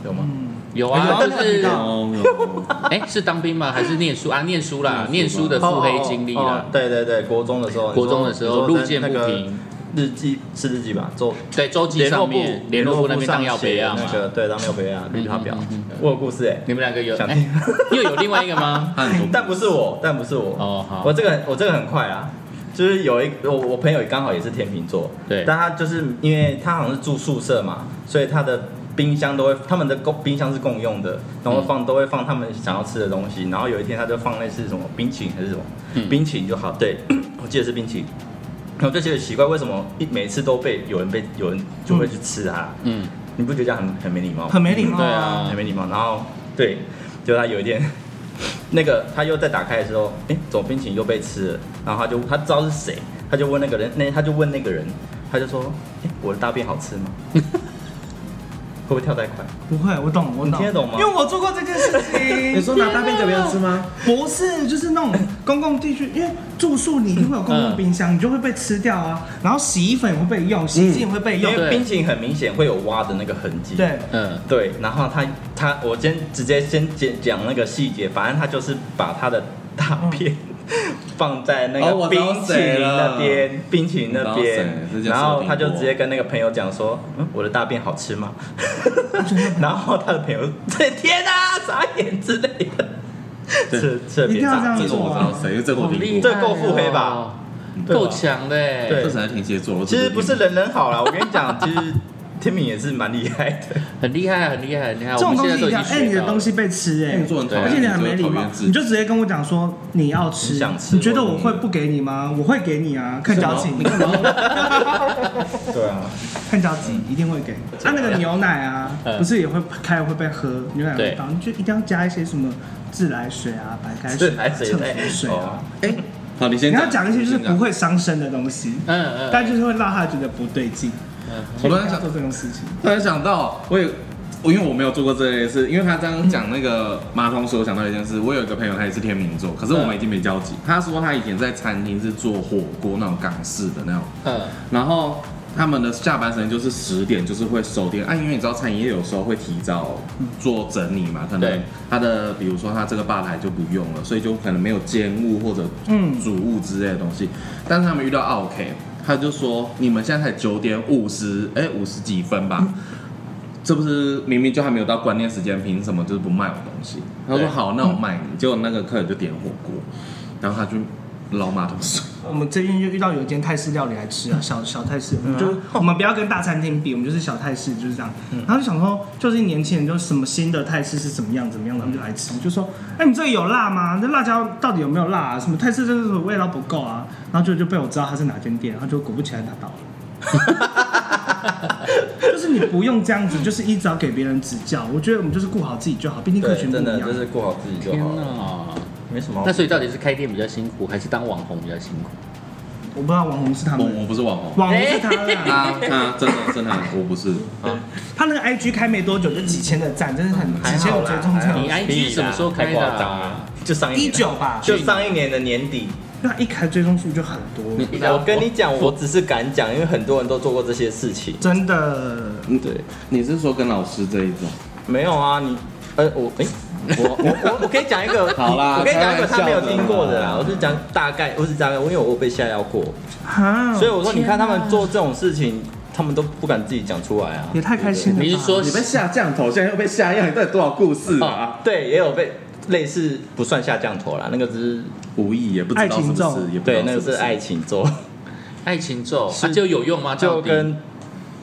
Speaker 2: 有吗？
Speaker 3: 有
Speaker 5: 有
Speaker 3: 啊，
Speaker 5: 啊
Speaker 3: 就
Speaker 5: 我有
Speaker 3: 是
Speaker 5: 提到
Speaker 1: 哦，有
Speaker 3: 哎、是当兵吗？还是念书啊？念书啦，念
Speaker 1: 念书
Speaker 3: 书
Speaker 1: 吧
Speaker 3: 的腹黑经历
Speaker 2: 哦
Speaker 3: 啦
Speaker 2: 哦。对对对，国中的时候，
Speaker 3: 国中的时候路见不
Speaker 2: 那个
Speaker 3: 平，
Speaker 2: 日记是日记吧？做
Speaker 3: 对，周记上面联络部那边当药杯
Speaker 2: 上
Speaker 3: 啊
Speaker 2: 写
Speaker 3: 嘛
Speaker 2: 那。个对当药杯啊，绿茶婊
Speaker 3: 嗯嗯嗯，
Speaker 2: 我有故事哎，
Speaker 3: 你们两个有
Speaker 2: 想
Speaker 3: 哎
Speaker 2: 听，
Speaker 3: 又有另外一个吗？
Speaker 1: 他很多
Speaker 2: 但不是我，但不是我
Speaker 3: 哦好
Speaker 2: 我这个我这个很快啊。就是有一我我朋友刚好也是天秤座，
Speaker 3: 对
Speaker 2: 但他就是因为他好像是住宿舍嘛，所以他的冰箱都会他们的共冰箱是共用的，然后放、都会放他们想要吃的东西，然后有一天他就放类似什么冰淇淋还是什么、
Speaker 3: 嗯
Speaker 2: 冰淇淋就好，对 我记得是冰淇淋，然后我就觉得奇怪为什么一每次都被有人被有人就会去吃它，
Speaker 3: 嗯，
Speaker 2: 你不觉得这样很很没礼貌吗？
Speaker 5: 很没礼貌
Speaker 3: 对
Speaker 5: 啊。
Speaker 3: 啊
Speaker 2: 很，没礼貌。然后对，就他有一天， 那个他又在打开的时候，哎、总冰淇淋又被吃了，然后他就他知道是谁，他就问那个人，那他就问那个人，他就说，哎、我的大便好吃吗？ 会不会跳太快？
Speaker 5: 不会，我懂，我
Speaker 2: 你
Speaker 5: 懂，
Speaker 2: 听得懂吗
Speaker 5: 因为我做过这件事情。
Speaker 1: 你说拿大便给别人吃吗？
Speaker 5: 不是，就是那种公共地区，因为住宿你一定会有公共冰箱，你就会被吃掉啊。然后洗衣粉也会被用，洗衣机也会被
Speaker 2: 因
Speaker 5: 用。
Speaker 2: 为
Speaker 3: 对
Speaker 2: 冰淇淋很明显会有挖的那个痕迹。
Speaker 5: 对，
Speaker 3: 嗯，
Speaker 2: 对，然后他他我先直接先讲讲那个细节，反正他就是把他的大便、 放在那
Speaker 1: 哦
Speaker 2: 个
Speaker 1: 我知道
Speaker 2: 冰淇淋那
Speaker 1: 谁
Speaker 2: 边，冰淇淋那边
Speaker 1: 我，知道谁这件事
Speaker 2: 然后他
Speaker 1: 我听
Speaker 2: 就
Speaker 1: 过
Speaker 2: 直接跟那个朋友讲说， 嗯，我的大便好吃吗？然后他的朋 友，这天啊，傻眼之类的，
Speaker 1: 对
Speaker 2: 吃吃了
Speaker 5: 一定
Speaker 2: 别
Speaker 5: 要这
Speaker 2: 炸
Speaker 5: 样
Speaker 1: 这个
Speaker 5: 做
Speaker 1: 我知
Speaker 5: 啊
Speaker 1: 道。谁，这个我
Speaker 3: 好
Speaker 1: 听
Speaker 3: 厉哦
Speaker 1: 过，
Speaker 2: 这够腹黑吧
Speaker 3: 害哦？够强的欸。
Speaker 2: 对
Speaker 1: 这才是天蝎座。我
Speaker 2: 其
Speaker 1: 只
Speaker 2: 实不是人人好啦，我跟你讲，其实天明也是蛮厉害的。
Speaker 3: 很厉害，很厉害，很厉害。
Speaker 5: 这种东西一定要，
Speaker 3: 我们现在都
Speaker 5: 哎、
Speaker 3: 已经学到了
Speaker 5: 你的东西被吃、
Speaker 1: 天蝎
Speaker 5: 哎，
Speaker 1: 座啊很讨厌，
Speaker 5: 而且你很没礼貌，你就直接跟我讲说你要吃，
Speaker 2: 你想吃
Speaker 5: 觉得我会不给你吗？我会给你啊，看交情，
Speaker 2: 对 啊，
Speaker 5: 看交情一定会给。那、那个牛奶啊，
Speaker 3: 嗯
Speaker 5: 不是也会开会被喝牛奶味道，你就一定要加一些什么自来水啊、白开水、
Speaker 2: 自
Speaker 5: 啊、
Speaker 2: 来水
Speaker 5: 厕所水啊
Speaker 2: 哦。
Speaker 1: 哎，好，你先
Speaker 5: 你要讲一些就是不
Speaker 1: 会。
Speaker 5: 会伤身的东西，
Speaker 3: 嗯嗯，
Speaker 5: 但就是会让他觉得不对劲。
Speaker 1: 我突然
Speaker 5: 想
Speaker 1: 想
Speaker 5: 做这种事情，
Speaker 1: 突然想到，我有，我因为我没有做过这类事，因为他刚刚讲那个马桶水，我想到一件事，我有一个朋友他也是天秤座，可是我们已经没交集。他说他以前在餐厅是做火锅那种港式的那种，
Speaker 3: 嗯，
Speaker 1: 然 后他们的下班时间就是十点，就是会收店。啊，因为你知道餐饮业有时候会提早做整理嘛，可
Speaker 3: 对
Speaker 1: 能他的比如说他这个吧台就不用了，所以就可能没有煎物或者
Speaker 5: 嗯
Speaker 1: 煮物之类的东西。但是他们遇到 OK，他就说你们现在才九点五十，哎，五十几分吧。这不是明明就还没有到关键时间，凭什么就是不卖我东西？他说
Speaker 3: 对
Speaker 1: 好，那我卖你。结果那个客人就点火锅，然后他就老马桶水。
Speaker 5: 我们最近就遇到有一间泰式料理来吃
Speaker 2: 嗯
Speaker 5: 啊，小小泰式，我们就我们不要跟大餐厅比，我们就是小泰式就是这样。
Speaker 2: 嗯
Speaker 5: 然后就想说，就是年轻人就什么新的泰式是怎么样怎么样，他们就来吃，就说，哎，你这个有辣吗？这辣椒到底有没有辣啊？什么泰式这个味道不够啊？然后就就被我知道它是哪间店，然后就果不其然它倒了。就是你不用这样子，就是一直要给别人指教。我觉得我们就是顾好自己就好，毕竟客
Speaker 2: 对，
Speaker 5: 群不
Speaker 2: 真
Speaker 5: 一
Speaker 2: 的
Speaker 5: 样
Speaker 2: 就。是顾好自己就
Speaker 3: 天
Speaker 2: 好了，
Speaker 3: 哪！
Speaker 2: 没什么好。
Speaker 3: 那所以到底是开店比较辛苦，还是当网红比较辛苦？
Speaker 5: 我不知道网红是他
Speaker 1: 我
Speaker 5: 们，
Speaker 1: 我不是网 红，
Speaker 5: 网红是他啦。
Speaker 2: 啊
Speaker 1: 他他真的真的我不是，
Speaker 5: 他那个 IG 开没多久就几千的赞，真的很
Speaker 2: 嗯还
Speaker 5: 几千
Speaker 2: 好
Speaker 5: 的
Speaker 2: 啦
Speaker 5: 追踪
Speaker 2: 还
Speaker 5: 才
Speaker 2: 好
Speaker 3: 你
Speaker 5: 有。
Speaker 3: IG 什么时候开的、
Speaker 2: 太夸张
Speaker 3: 啊
Speaker 2: 了？就上一年
Speaker 5: 一九吧，
Speaker 2: 就上一年的年底。
Speaker 5: 那一开追踪数就很多，
Speaker 3: 你
Speaker 2: 我跟你讲，我只是敢讲，因为很多人都做过这些事情。
Speaker 5: 真的。
Speaker 2: 对，
Speaker 1: 你是说跟老师这一种？
Speaker 2: 没有啊，你，呃，我， 哎、我我我我可以讲一个，
Speaker 1: 好啦
Speaker 2: 我可以讲一个他没有听过
Speaker 1: 开玩笑
Speaker 2: 的
Speaker 1: 的
Speaker 2: 啦哦
Speaker 1: 啦。
Speaker 2: 我是讲大概，我是大概，因为我被下药过，
Speaker 5: 哈，
Speaker 2: 所以我说你看他们做这种事情，他们都不敢自己讲出来啊。
Speaker 5: 也太开心了吧。
Speaker 3: 你是说
Speaker 1: 你被下降头，现在又被下药，你到底多少故事
Speaker 3: 哦
Speaker 1: 啊？
Speaker 2: 对，也有被类似不算下降头啦，那个只是
Speaker 1: 无意也不知道是不
Speaker 5: 爱情
Speaker 1: 是
Speaker 5: 咒，
Speaker 1: 也不知道
Speaker 2: 对，那个
Speaker 1: 是
Speaker 2: 是爱情咒，
Speaker 3: 爱情咒，
Speaker 2: 是
Speaker 3: 啊、就有用吗？
Speaker 2: 就
Speaker 3: 到底
Speaker 2: 跟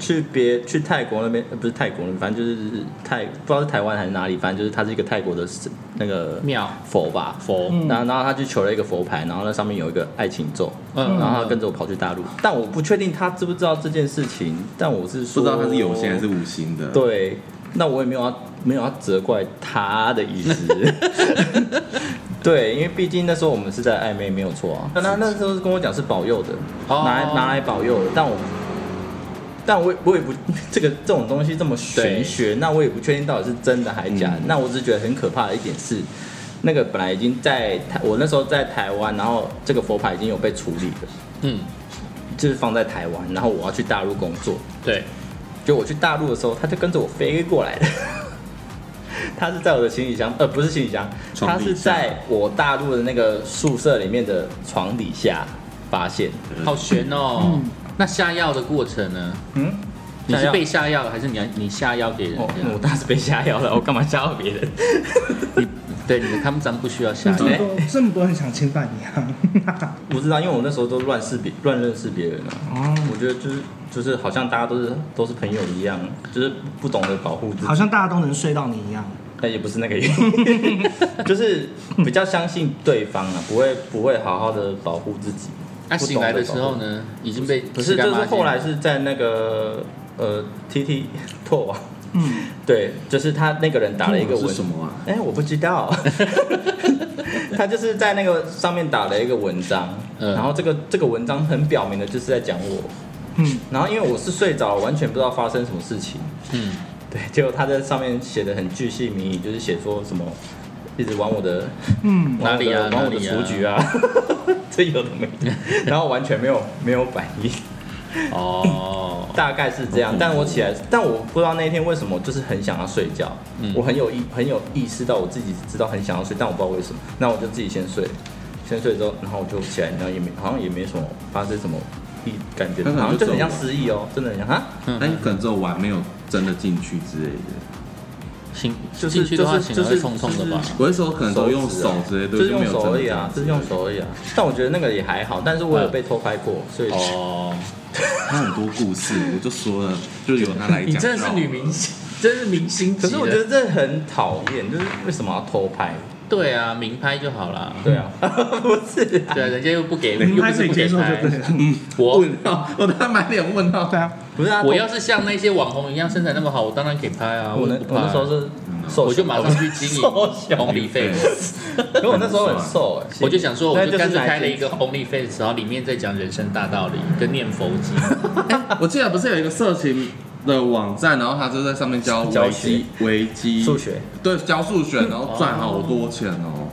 Speaker 2: 去别去泰国那边，呃不是泰国那边，反正就是泰，不知道是台湾还是哪里，反正就是他是一个泰国的神那个
Speaker 3: 庙
Speaker 2: 佛吧，
Speaker 3: 佛，
Speaker 5: 嗯
Speaker 2: 然后然后他去求了一个佛牌，然后那上面有一个爱情咒，
Speaker 3: 嗯
Speaker 2: 然后他跟着我跑去大陆，但我不确定他知不知道这件事情，但我是
Speaker 1: 不
Speaker 2: 说
Speaker 1: 知道他是有心还是无心的。，
Speaker 2: 对，那我也没有要没有要责怪他的意 思。对，因为毕竟那时候我们是在暧昧，没有错啊。但他那时候跟我讲是保佑的，
Speaker 3: 哦
Speaker 2: 拿来拿来保佑的，但我。但我也我也不这个这种东西这么玄学，那我也不确定到底是真的还是假的。
Speaker 1: 嗯
Speaker 2: 那我只是觉得很可怕的一点是，那个本来已经在台，我那时候在台湾，然后这个佛牌已经有被处理了，
Speaker 3: 嗯，
Speaker 2: 就是放在台湾，然后我要去大陆工作，
Speaker 3: 对，
Speaker 2: 就我去大陆的时候，他就跟着我飞过来的。 他是在我的行李箱，呃，不是行李箱，
Speaker 1: 床
Speaker 2: 他
Speaker 1: 底
Speaker 2: 是
Speaker 1: 下
Speaker 2: 在我大陆的那个宿舍里面的床底下发现。
Speaker 3: 好悬哦。那下药的过程呢？
Speaker 2: 嗯，
Speaker 3: 你
Speaker 2: 下
Speaker 3: 是
Speaker 2: 药
Speaker 3: 被下药，还是你你下药给人
Speaker 2: 哦
Speaker 3: 家？
Speaker 2: 我当时被吓药了，我干嘛吓到别人？
Speaker 3: 你对你的康章不需要
Speaker 2: 嗯
Speaker 3: 下
Speaker 5: 这么
Speaker 3: 药。
Speaker 5: 多这么多人想侵犯你啊？
Speaker 2: 不知道， 因为我那时候都乱识别、乱认识别人啊。我觉得就是就是好像大家都是都是朋友一样，就是不懂得保护自己
Speaker 5: 好。像大家都能睡到你一样。
Speaker 2: 但也不是那个原因， 就是比较相信对方啊，不会不会好好的保护自己。
Speaker 3: 那、
Speaker 2: 不懂
Speaker 3: 哎醒来的
Speaker 2: 得
Speaker 3: 时
Speaker 2: 保护
Speaker 3: 候？呢，已经被
Speaker 2: 不是，
Speaker 3: 干
Speaker 2: 就是
Speaker 3: 嘛
Speaker 2: 后来是在那个呃 T T 拓网，
Speaker 5: 嗯，
Speaker 2: 对，就是他那个人打了一个
Speaker 1: 是
Speaker 2: 文
Speaker 1: 什，么啊？
Speaker 2: 哎、我不知道， 他就是在那个上面打了一个文章，
Speaker 3: 嗯
Speaker 2: 然后这个这个文章很表明的就是在讲我，
Speaker 5: 嗯，
Speaker 2: 然后因为我是睡着了，完全不知道发生什么事情，
Speaker 3: 嗯，
Speaker 2: 对，结果他在上面写的很巨细靡遗，就是写说什么一直玩我的，
Speaker 5: 嗯
Speaker 3: 哪里啊
Speaker 2: 玩我
Speaker 3: 哪
Speaker 2: 的
Speaker 3: 里啊
Speaker 2: 雏菊啊， 这有的没的，然后完全没有没有反应，
Speaker 3: 哦，
Speaker 2: 大概是这样。但我起来，但我不知道那一天为什么，就是很想要睡觉，
Speaker 3: 嗯
Speaker 2: 我很有意很有意识到我自己知道很想要睡，但我不知道为什么，那我就自己先睡，先睡之后，然后我就起来，然后也没好像也没什么发生什么异感觉，
Speaker 1: 那可能
Speaker 2: 好像就
Speaker 1: 就
Speaker 2: 很像
Speaker 1: 走了
Speaker 2: 失忆哦，真的很像啊。
Speaker 3: 嗯
Speaker 1: 那你可能只有玩没有真的进去之类的。
Speaker 3: 醒
Speaker 2: 就是
Speaker 3: 嗯进去的话，
Speaker 2: 就是
Speaker 3: 醒来会
Speaker 2: 就是
Speaker 3: 冲冲的吧？
Speaker 2: 就是啊
Speaker 1: 我是说可能都用手之类的，
Speaker 2: 就是用
Speaker 1: 没有真
Speaker 2: 手而
Speaker 1: 的
Speaker 2: 已
Speaker 1: 进
Speaker 2: 啊，
Speaker 1: 去
Speaker 2: 就是用。手而已啊。但我觉得那个也还好，但是我有被偷拍过，所以
Speaker 3: 嗯哦，
Speaker 1: 他很多故事，我就说了，就由他来讲。
Speaker 3: 你真的是女明星， 真是明星级
Speaker 2: 可
Speaker 3: 的。
Speaker 2: 是我觉得这很讨厌，就是为什么要偷拍？
Speaker 3: 对啊，明拍就好啦。
Speaker 2: 对啊， 不是啊，
Speaker 3: 对啊，人家又不给，
Speaker 5: 你
Speaker 3: 又
Speaker 5: 拍
Speaker 3: 不
Speaker 5: 可
Speaker 3: 是
Speaker 5: 以
Speaker 3: 不
Speaker 5: 接
Speaker 3: 给
Speaker 5: 受就对
Speaker 3: 拍。
Speaker 5: 了。嗯
Speaker 3: 我
Speaker 1: 问号，我他满脸问号。
Speaker 5: 对啊，
Speaker 2: 不是啊，
Speaker 3: 我要是像那些网红一样身材那么好，我当然给拍啊。
Speaker 2: 我
Speaker 3: 我
Speaker 2: 那
Speaker 3: 也
Speaker 2: 我
Speaker 3: 不怕啊
Speaker 2: 那时候是瘦小，
Speaker 3: 我就马上去经
Speaker 2: 瘦小
Speaker 3: 营红里费。
Speaker 2: 因为我那时候很瘦，哎
Speaker 3: 我就想说，我
Speaker 2: 但
Speaker 3: 就干脆
Speaker 2: 是
Speaker 3: 开了一个 OnlyFans，然后里面在讲人生大道理跟念佛经。
Speaker 1: 我记得不是有一个色情的网站，然后他就在上面教
Speaker 2: 教
Speaker 1: 维
Speaker 2: 学
Speaker 1: 基、维基
Speaker 2: 数，学，
Speaker 1: 对，教数学，然后赚好多钱哦。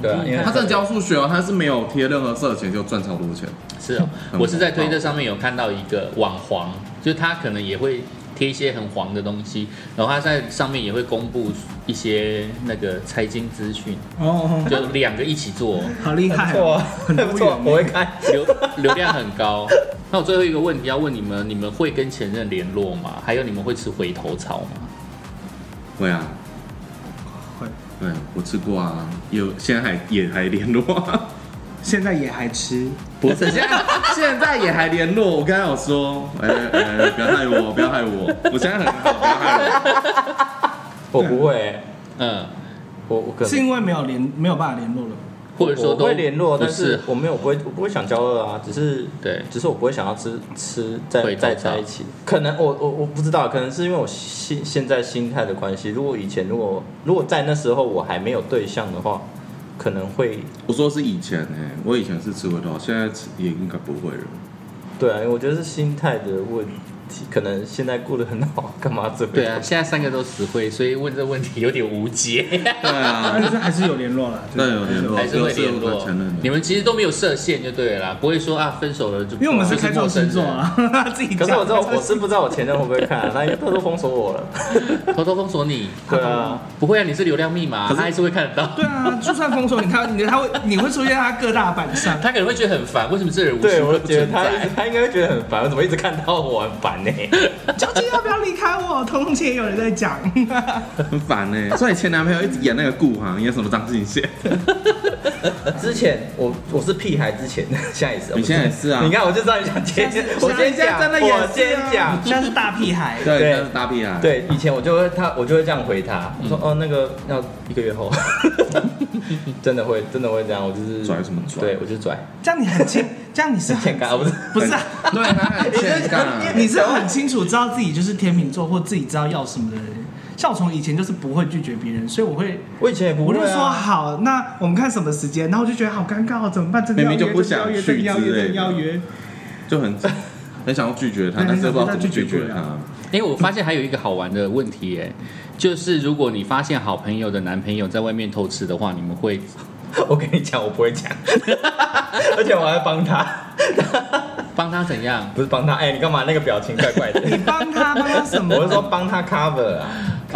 Speaker 2: 对啊，因为
Speaker 1: 他真的教数学哦，他是没有贴任何色钱就赚超多钱。
Speaker 3: 是哦，我是在推特上面有看到一个网黄，就是他可能也会贴一些很黄的东西，然后他在上面也会公布一些那个财经资讯，
Speaker 5: 哦，
Speaker 3: 就两个一起做，
Speaker 5: 好厉害
Speaker 2: 不错
Speaker 5: 哦
Speaker 2: 啊，，不错，我会开。
Speaker 3: 流流量很高。那我最后一个问题要问你们：你们会跟前任联络吗？还有你们会吃回头草吗？
Speaker 1: 会啊，
Speaker 5: 会
Speaker 1: 对，我吃过啊，有现在还也还联络啊。
Speaker 5: 现在也还吃，
Speaker 1: 不是，现在 现在也还联络。我刚才有说，哎、哎，不要害我，不要害我，我现在很好，不要害我。
Speaker 2: 我不会，
Speaker 3: 嗯，
Speaker 2: 我我可
Speaker 5: 是
Speaker 2: 能
Speaker 5: 因为没有联没有办法联络了。
Speaker 3: 或者说
Speaker 2: 我
Speaker 3: 都
Speaker 2: 会联络，
Speaker 3: 不
Speaker 2: 但
Speaker 3: 是
Speaker 2: 是我没有，我不会，我不会想交恶啊，只是
Speaker 3: 对
Speaker 2: 只是我不会想要吃吃
Speaker 3: 回
Speaker 2: 在在
Speaker 3: 头草
Speaker 2: 在一起。可能我我我不知道，可能是因为我现现在心态的关系。如果以前如果如果在那时候我还没有对象的话，可能会
Speaker 1: 我说是以前哎、我以前是吃回头，现在吃也应该不会了。
Speaker 2: 对啊，我觉得是心态的问题，可能现在过得很好， 干嘛这
Speaker 3: 对啊，现在三个都死会，所以问这问题有点无解，
Speaker 1: 对啊，
Speaker 5: 但是还是有联络了，
Speaker 1: 那有
Speaker 5: 啊
Speaker 1: 联络，
Speaker 3: 还是
Speaker 1: 就
Speaker 3: 会
Speaker 1: 是
Speaker 3: 联
Speaker 1: 我
Speaker 3: 络
Speaker 1: 承认。
Speaker 3: 你们其实都没有设限就对了啦，不会说啊分手了就
Speaker 5: 因为我们是
Speaker 3: 就是
Speaker 5: 开创
Speaker 3: 陌生
Speaker 5: 星
Speaker 3: 人
Speaker 5: 座，啊， 自己
Speaker 2: 可
Speaker 5: 讲。
Speaker 2: 是我知道，我是不知道我前任会不会 看、啊，他他都封锁我 了。
Speaker 3: 偷偷封锁你，
Speaker 2: 对啊，
Speaker 3: 不会啊，你是流量密码，
Speaker 1: 可是
Speaker 3: 他还是会看得到。
Speaker 5: 对啊，就算封锁你，他你他会你会出现在他各大版上。
Speaker 3: 他可能会觉得很烦，为什么这人无时
Speaker 2: 对，
Speaker 3: 无
Speaker 2: 我
Speaker 3: 刻不
Speaker 2: 觉得
Speaker 3: 存
Speaker 2: 他
Speaker 3: 在？
Speaker 2: 他应该会觉得很烦，我怎么一直看到我很烦呢、
Speaker 5: 究竟要不要离开我？彤彤姐有人在讲，
Speaker 1: 很烦哎、所以前男朋友一直演那个顾航，演什么张敬轩？
Speaker 2: 之前我我是屁孩，之前 现在也是，
Speaker 1: 你现在也是啊
Speaker 2: 你看我就知道你想接，我先
Speaker 5: 现在
Speaker 2: 讲，
Speaker 5: 真的也
Speaker 2: 我先讲。
Speaker 5: 现在是大屁孩。
Speaker 1: 对，
Speaker 2: 对
Speaker 1: 他是大屁啊。，
Speaker 2: 对，以前我就会他，我就会这样回他，我说哦，那个要一个月后， 真的会，真的会这样，我就是
Speaker 1: 拽什么拽
Speaker 2: 对我就拽，
Speaker 5: 这样你很清，这样你是
Speaker 2: 欠
Speaker 5: 很
Speaker 2: 干啊，不是，
Speaker 5: 不是啊？
Speaker 1: 对他很欠干。啊
Speaker 5: 你是很清楚知道自己就是天秤座，或自己知道要什么的人。像我从以前就是不会拒绝别人，所以我会。
Speaker 2: 我以前也不
Speaker 5: 我
Speaker 2: 会
Speaker 5: 就说
Speaker 2: 啊。
Speaker 5: 好，那我们看什么时间，然后我就觉得好尴尬哦，怎么办？这个
Speaker 1: 明明就不
Speaker 5: 邀
Speaker 1: 想
Speaker 5: 约，
Speaker 1: 去
Speaker 5: 这个邀约，
Speaker 1: 之类
Speaker 5: 这
Speaker 1: 的
Speaker 5: 个邀约，
Speaker 1: 就很 很想要拒绝他，
Speaker 5: 对
Speaker 1: 但是不知道怎么
Speaker 5: 很想
Speaker 1: 拒
Speaker 5: 拒绝
Speaker 1: 绝
Speaker 5: 不了
Speaker 1: 他。
Speaker 3: 哎、我发现还有一个好玩的问题、哎，就是如果你发现好朋友的男朋友在外面偷吃的话，你们会
Speaker 2: 我跟你讲，我不会讲， 而且我还帮他，
Speaker 3: 帮他怎样？
Speaker 2: 不是帮他，哎、你干嘛那个表情怪怪的？
Speaker 5: 你帮他帮他什么？
Speaker 2: 我是说帮他 cover 啊，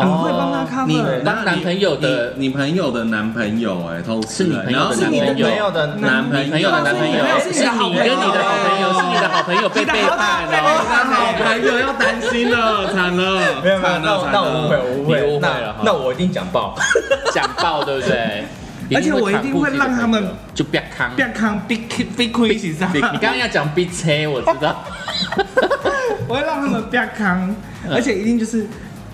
Speaker 5: 你会帮他 cover？
Speaker 1: 你
Speaker 5: 对
Speaker 3: 当男朋友的
Speaker 1: 你你朋友的男朋友哎、偷吃
Speaker 3: 是你
Speaker 1: 哎
Speaker 3: 朋
Speaker 1: 然
Speaker 3: 友
Speaker 1: 后
Speaker 3: 的
Speaker 1: 是
Speaker 3: 男
Speaker 1: 你
Speaker 3: 朋
Speaker 1: 的
Speaker 2: 朋友的
Speaker 1: 男朋
Speaker 3: 女朋友的男朋友
Speaker 5: 哦，
Speaker 3: 是你
Speaker 5: 是你
Speaker 3: 跟你
Speaker 5: 的好
Speaker 3: 的
Speaker 5: 朋
Speaker 3: 好朋
Speaker 5: 友
Speaker 3: 友，是你的好朋友被
Speaker 5: 你的
Speaker 3: 背
Speaker 5: 好
Speaker 3: 叛
Speaker 5: 朋友
Speaker 3: 了。
Speaker 1: 那好朋友要担心了， 惨了，
Speaker 2: 没有没有，
Speaker 1: 惨
Speaker 2: 那
Speaker 1: 了
Speaker 2: 我
Speaker 1: 惨
Speaker 2: 那我 误
Speaker 1: 了。
Speaker 2: 会，我误会，
Speaker 3: 你误会
Speaker 2: 那
Speaker 3: 了哈
Speaker 2: 那我一定讲爆。
Speaker 3: 讲爆，对不对？
Speaker 5: 而且我一定会让他们
Speaker 3: 就不要康。
Speaker 5: 不要看 big big quiz 上，
Speaker 3: 你刚刚要讲 B 车，我知道。
Speaker 5: 我会让他们不要扛，而且一定就是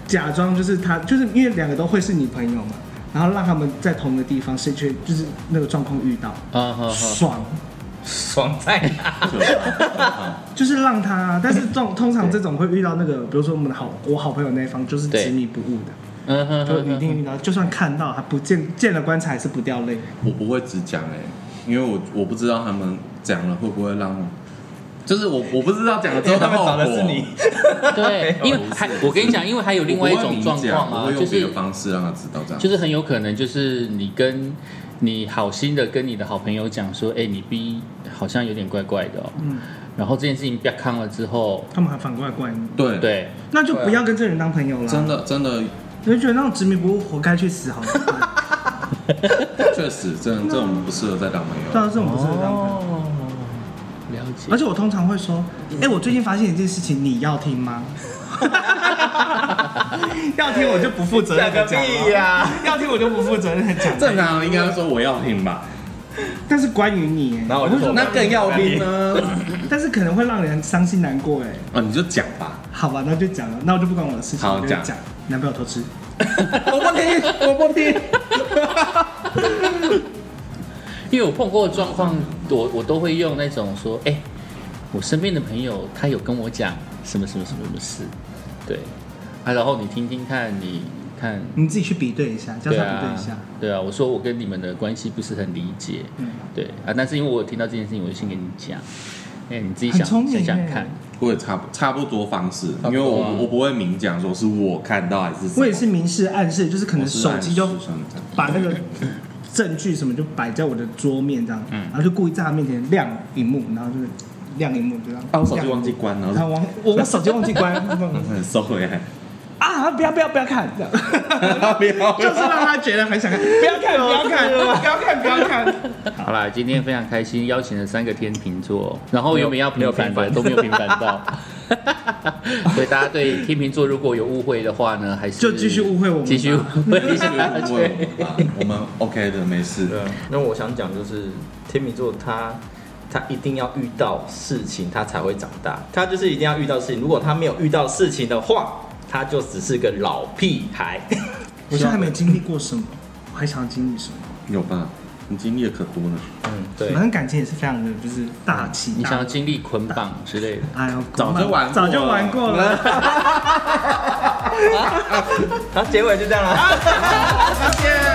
Speaker 5: 假装就是他，就是因为两个都会是你朋友嘛，然后让他们在同一个地方，谁去就是那个状况遇到，
Speaker 3: 嗯
Speaker 1: 哦
Speaker 3: 哼哼，
Speaker 5: 爽，
Speaker 2: 爽在哪？
Speaker 5: 就是让他。但是这种通常这种会遇到那个，比如说我们的好我好朋友那一方就是
Speaker 3: 对
Speaker 5: 执迷不悟的，
Speaker 3: 嗯哼
Speaker 5: 就
Speaker 3: 哼
Speaker 5: 一
Speaker 3: 哼，
Speaker 5: 定遇到，就算看到还不见见了棺材还是不掉泪。
Speaker 1: 我不会只讲哎、因为我我不知道他们讲了会不会让，就是我我不知道讲了之
Speaker 2: 因
Speaker 1: 后
Speaker 2: 哎为他们
Speaker 1: 后
Speaker 2: 找
Speaker 1: 果
Speaker 2: 的是你，
Speaker 3: 对，因为还我跟你讲，因为还有另外一种状况
Speaker 1: 我不
Speaker 3: 啊，
Speaker 1: 会
Speaker 3: 就
Speaker 1: 用别
Speaker 3: 是
Speaker 1: 的方式让他知道这样。
Speaker 3: 就是很有可能就是你跟你好心的跟你的好朋友讲说，哎、你 B 好像有点怪怪的哦、
Speaker 5: 嗯，
Speaker 3: 然后这件事情被康了之后，
Speaker 5: 他们还反过来怪你，
Speaker 1: 对，啊
Speaker 3: 对，
Speaker 5: 那就不要跟这人当朋友了。
Speaker 1: 真，的真的
Speaker 5: 你会觉得那种执迷不悟活该去死好了。
Speaker 1: 确实，这这种不适合再当朋
Speaker 5: 对
Speaker 1: 友。
Speaker 5: 啊，这种不是当朋友。
Speaker 3: 了解
Speaker 5: 而。且我通常会说，哎、我最近发现一件事情，你要听吗？要听我就不负责
Speaker 2: 讲
Speaker 5: 任
Speaker 2: 个
Speaker 5: 的讲
Speaker 2: 屁啊
Speaker 5: 了，
Speaker 2: 呀！
Speaker 5: 要听我就不负责任的讲。
Speaker 1: 正常人应该说我要听吧，
Speaker 5: 但是关于你、哎
Speaker 2: 然后我就说，
Speaker 1: 那更要听呢。
Speaker 5: 但是可能会让人伤心难过，哎，
Speaker 1: 啊，你就讲吧。
Speaker 5: 好吧，那就讲了，那我就不管我的事情，
Speaker 1: 好
Speaker 5: 我就
Speaker 1: 讲
Speaker 5: 讲男朋友偷吃，
Speaker 1: 我不听，我不听。
Speaker 3: 因为我碰过的状况，我我都会用那种说，哎、我身边的朋友他有跟我讲什么什么什么什么事，对，啊，然后你听听看，你看，
Speaker 5: 你自己去比对一下，叫
Speaker 3: 对
Speaker 5: 他比对
Speaker 3: 啊
Speaker 5: 一下。，
Speaker 3: 对啊，我说我跟你们的关系不是很理解，
Speaker 5: 嗯，
Speaker 3: 对啊，但是因为我有听到这件事情，我就先跟你讲，哎、你自己
Speaker 5: 很
Speaker 3: 想
Speaker 5: 聪明
Speaker 3: 想想
Speaker 5: 欸
Speaker 3: 看，
Speaker 1: 我也差不差不多方式，因为
Speaker 3: 差
Speaker 1: 我
Speaker 3: 不多啊
Speaker 1: 我不会明讲说是我看到还是什么
Speaker 5: 我也是，明示暗示，就是可能
Speaker 1: 我是
Speaker 5: 手机就
Speaker 1: 按时上的
Speaker 5: 把那个证据什么就摆在我的桌面这样，然后就故意在他面前亮荧幕，然后就是亮荧幕就这样。
Speaker 1: 啊，我手机忘记关了，
Speaker 5: 啊，我我我手机忘记关，
Speaker 1: 我很收回来。
Speaker 5: 啊，不要不要不要看，这样
Speaker 1: 不要
Speaker 5: 就是让他觉得很想看，不要看不要看 不要看不要看，
Speaker 3: 好啦，今天非常开心，邀请了三个天秤座，然后原本要平反
Speaker 2: 没
Speaker 3: 的
Speaker 2: 有
Speaker 3: 都没有平反到， 所以大家对天秤座如果有误会的话呢，还是
Speaker 5: 就继续误会我们吧
Speaker 3: 继续误会
Speaker 1: 继续 问我吧我们 OK 的，没事。
Speaker 2: 对啊，那我想讲就是天秤座他。他一定要遇到事情，他才会长大。他就是一定要遇到事情，如果他没有遇到事情的话，他就只是个老屁孩。
Speaker 5: 我现在还没经历过什么，我还想经历什么。
Speaker 1: 有吧？你经历的可多了。
Speaker 2: 嗯，对
Speaker 5: 反，正感情也是非常的，就是大
Speaker 1: 嗯
Speaker 5: 起
Speaker 3: 你想
Speaker 5: 大
Speaker 3: 要
Speaker 5: 落。
Speaker 3: 经历捆绑之类的，
Speaker 5: 哎呦，
Speaker 1: 早就玩过了
Speaker 5: 早就玩过了。
Speaker 2: 好，结尾就这样了。
Speaker 5: 再见。